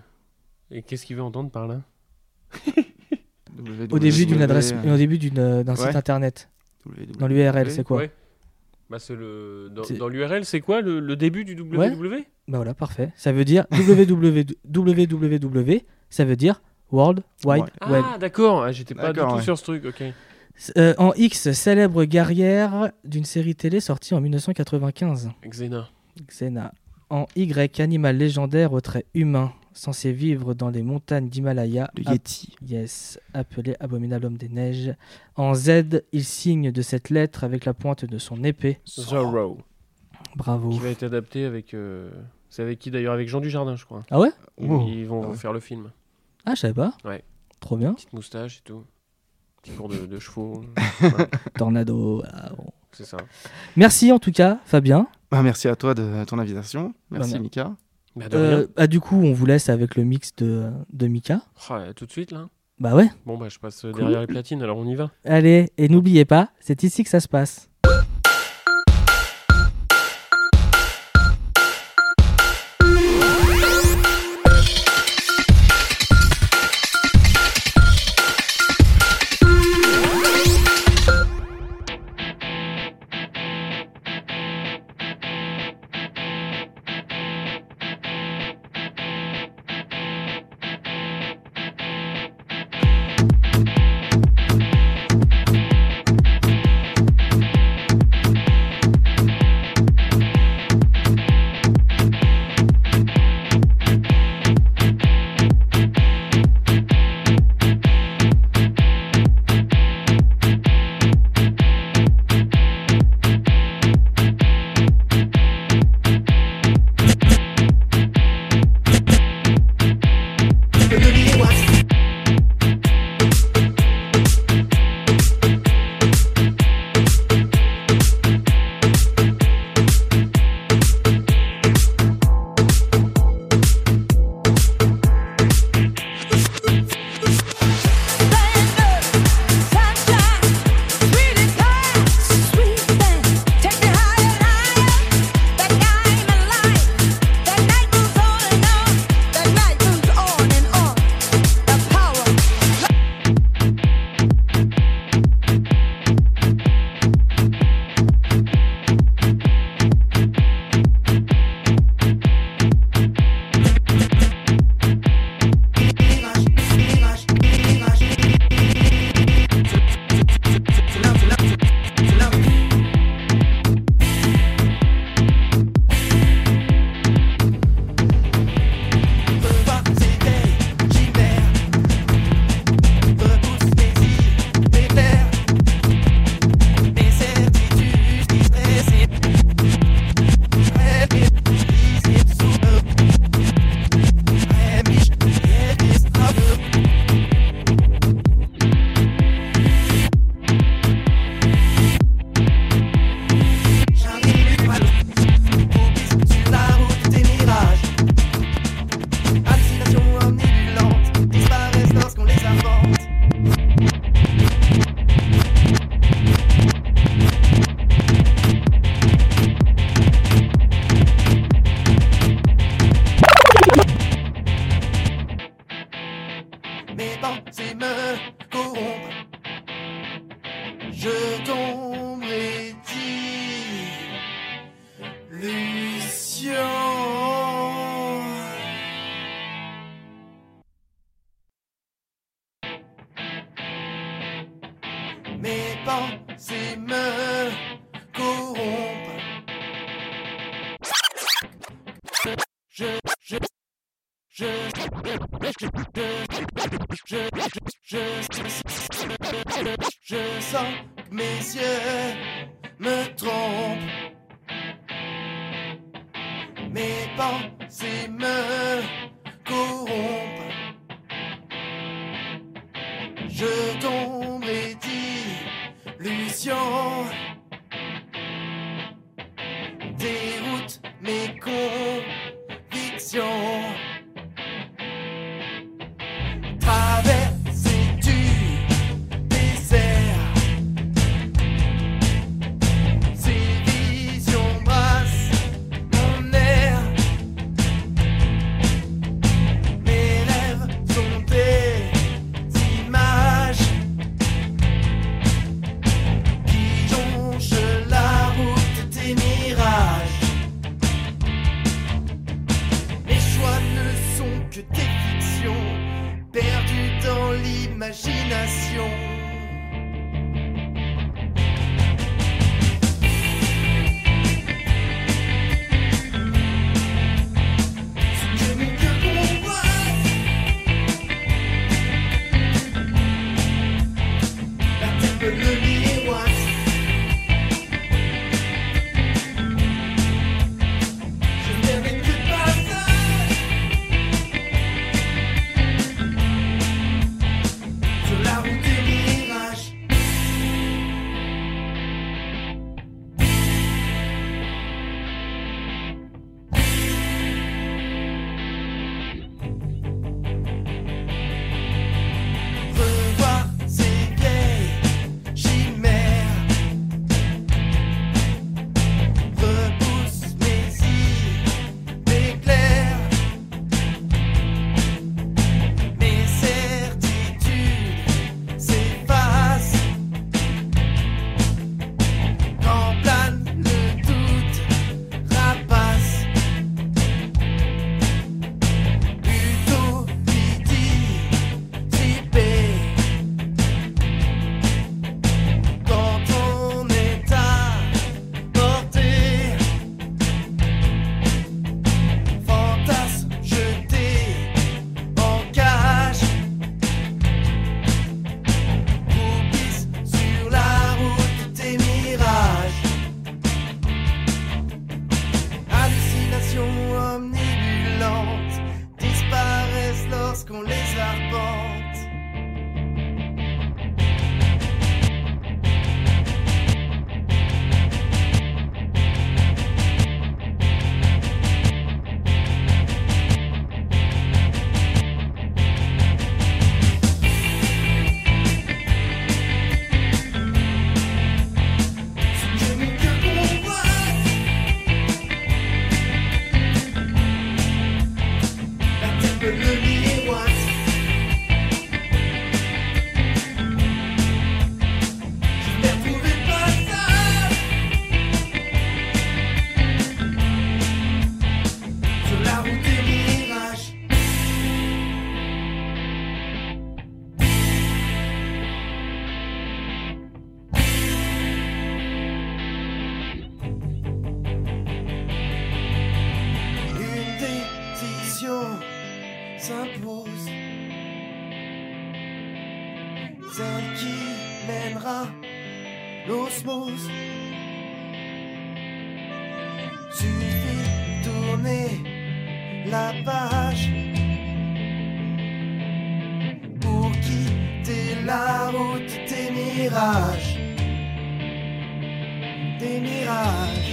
S3: et qu'est-ce qu'il veut entendre par là
S2: Au début d'une adresse,
S4: WW,
S2: au début d'une euh, d'un
S4: Ouais.
S2: site internet, dans
S4: WW.
S2: l'URL,
S3: Ouais,
S2: c'est quoi
S3: ouais. Bah, c'est le... Dans,
S2: C'est-
S3: dans l'URL, c'est quoi le, le début du E?
S2: Ouais.
S3: www
S2: Bah voilà, parfait. Ça veut dire www, www, ça veut dire World Wide
S4: Ouais.
S3: Ah,
S2: Web.
S3: d'accord. Ah, J'étais pas du
S4: D'accord,
S3: tout
S4: ouais.
S3: sur ce truc. Ok.
S2: Euh, en X, célèbre guerrière d'une série télé sortie en 1995.
S3: Xena.
S2: Xena. En Y, animal légendaire au trait humain, censé vivre dans les montagnes d'Himalaya.
S4: Le
S2: ap-
S4: Yeti.
S2: Yes, appelé Abominable Homme des Neiges. En Z, il signe de cette lettre avec la pointe de son épée.
S3: Zorro. Qui
S2: Bravo.
S3: va être adapté avec. euh, C'est avec qui d'ailleurs Avec Jean Dujardin, je crois.
S2: Ah ouais
S3: Ils,
S4: Oh.
S3: ils vont
S4: Ah ouais.
S3: faire le film.
S2: Ah, je savais pas.
S3: Ouais.
S2: Trop bien.
S3: Petite moustache et tout. Petit cours de, de chevaux.
S2: Tornado. voilà, bon.
S3: C'est ça.
S2: Merci en tout cas, Fabien.
S4: Bah, merci à toi de ton invitation. Merci
S2: Bah, non.
S4: Mika.
S3: Bah, de
S2: Euh,
S3: rien.
S2: ah, du coup, on vous laisse avec le mix de, de Mika.
S3: Oh, euh, tout de suite, là.
S2: Bah ouais.
S3: Bon, bah, je passe euh, derrière les platines, alors on y va.
S2: Allez, et n'oubliez pas, c'est ici que ça se passe.
S1: Disparaissent lorsqu'on les invente. Mes pensées me corrompent. Je tombe et dis Lucien. Mes pensées me corrompent. Je, je, je, je, je, je, je, je sens que mes yeux me trompent. Mes pensées me corrompent. Je tombe et dis Lucien Déroute mes convictions Traversée du désert Ces visions brassent mon air Mes rêves sont des images qui imagination. Ce que mon cœur convoite, la terre peut le miroite. Je n'ai rien que pas ça. Sur la route des mirages. Revois ces vieilles chimères. Repousse mes idées claires. Mes certitudes s'effacent. Quand plane le doute, rapace. Plutôt midi quand on est à portée, fantasme jeté en cage, coupisse sur la route des mirages, hallucinations omnibulantes disparaissent lorsqu'on les arpente. Je mon cœur convoite, la terre peut le miroite. Je n'ai retrouvé pas ça. Sur la route des mirages. Une décision s'impose, celle qui mènera l'osmose. Suffit de tourner la page pour quitter la route des mirages, des mirages.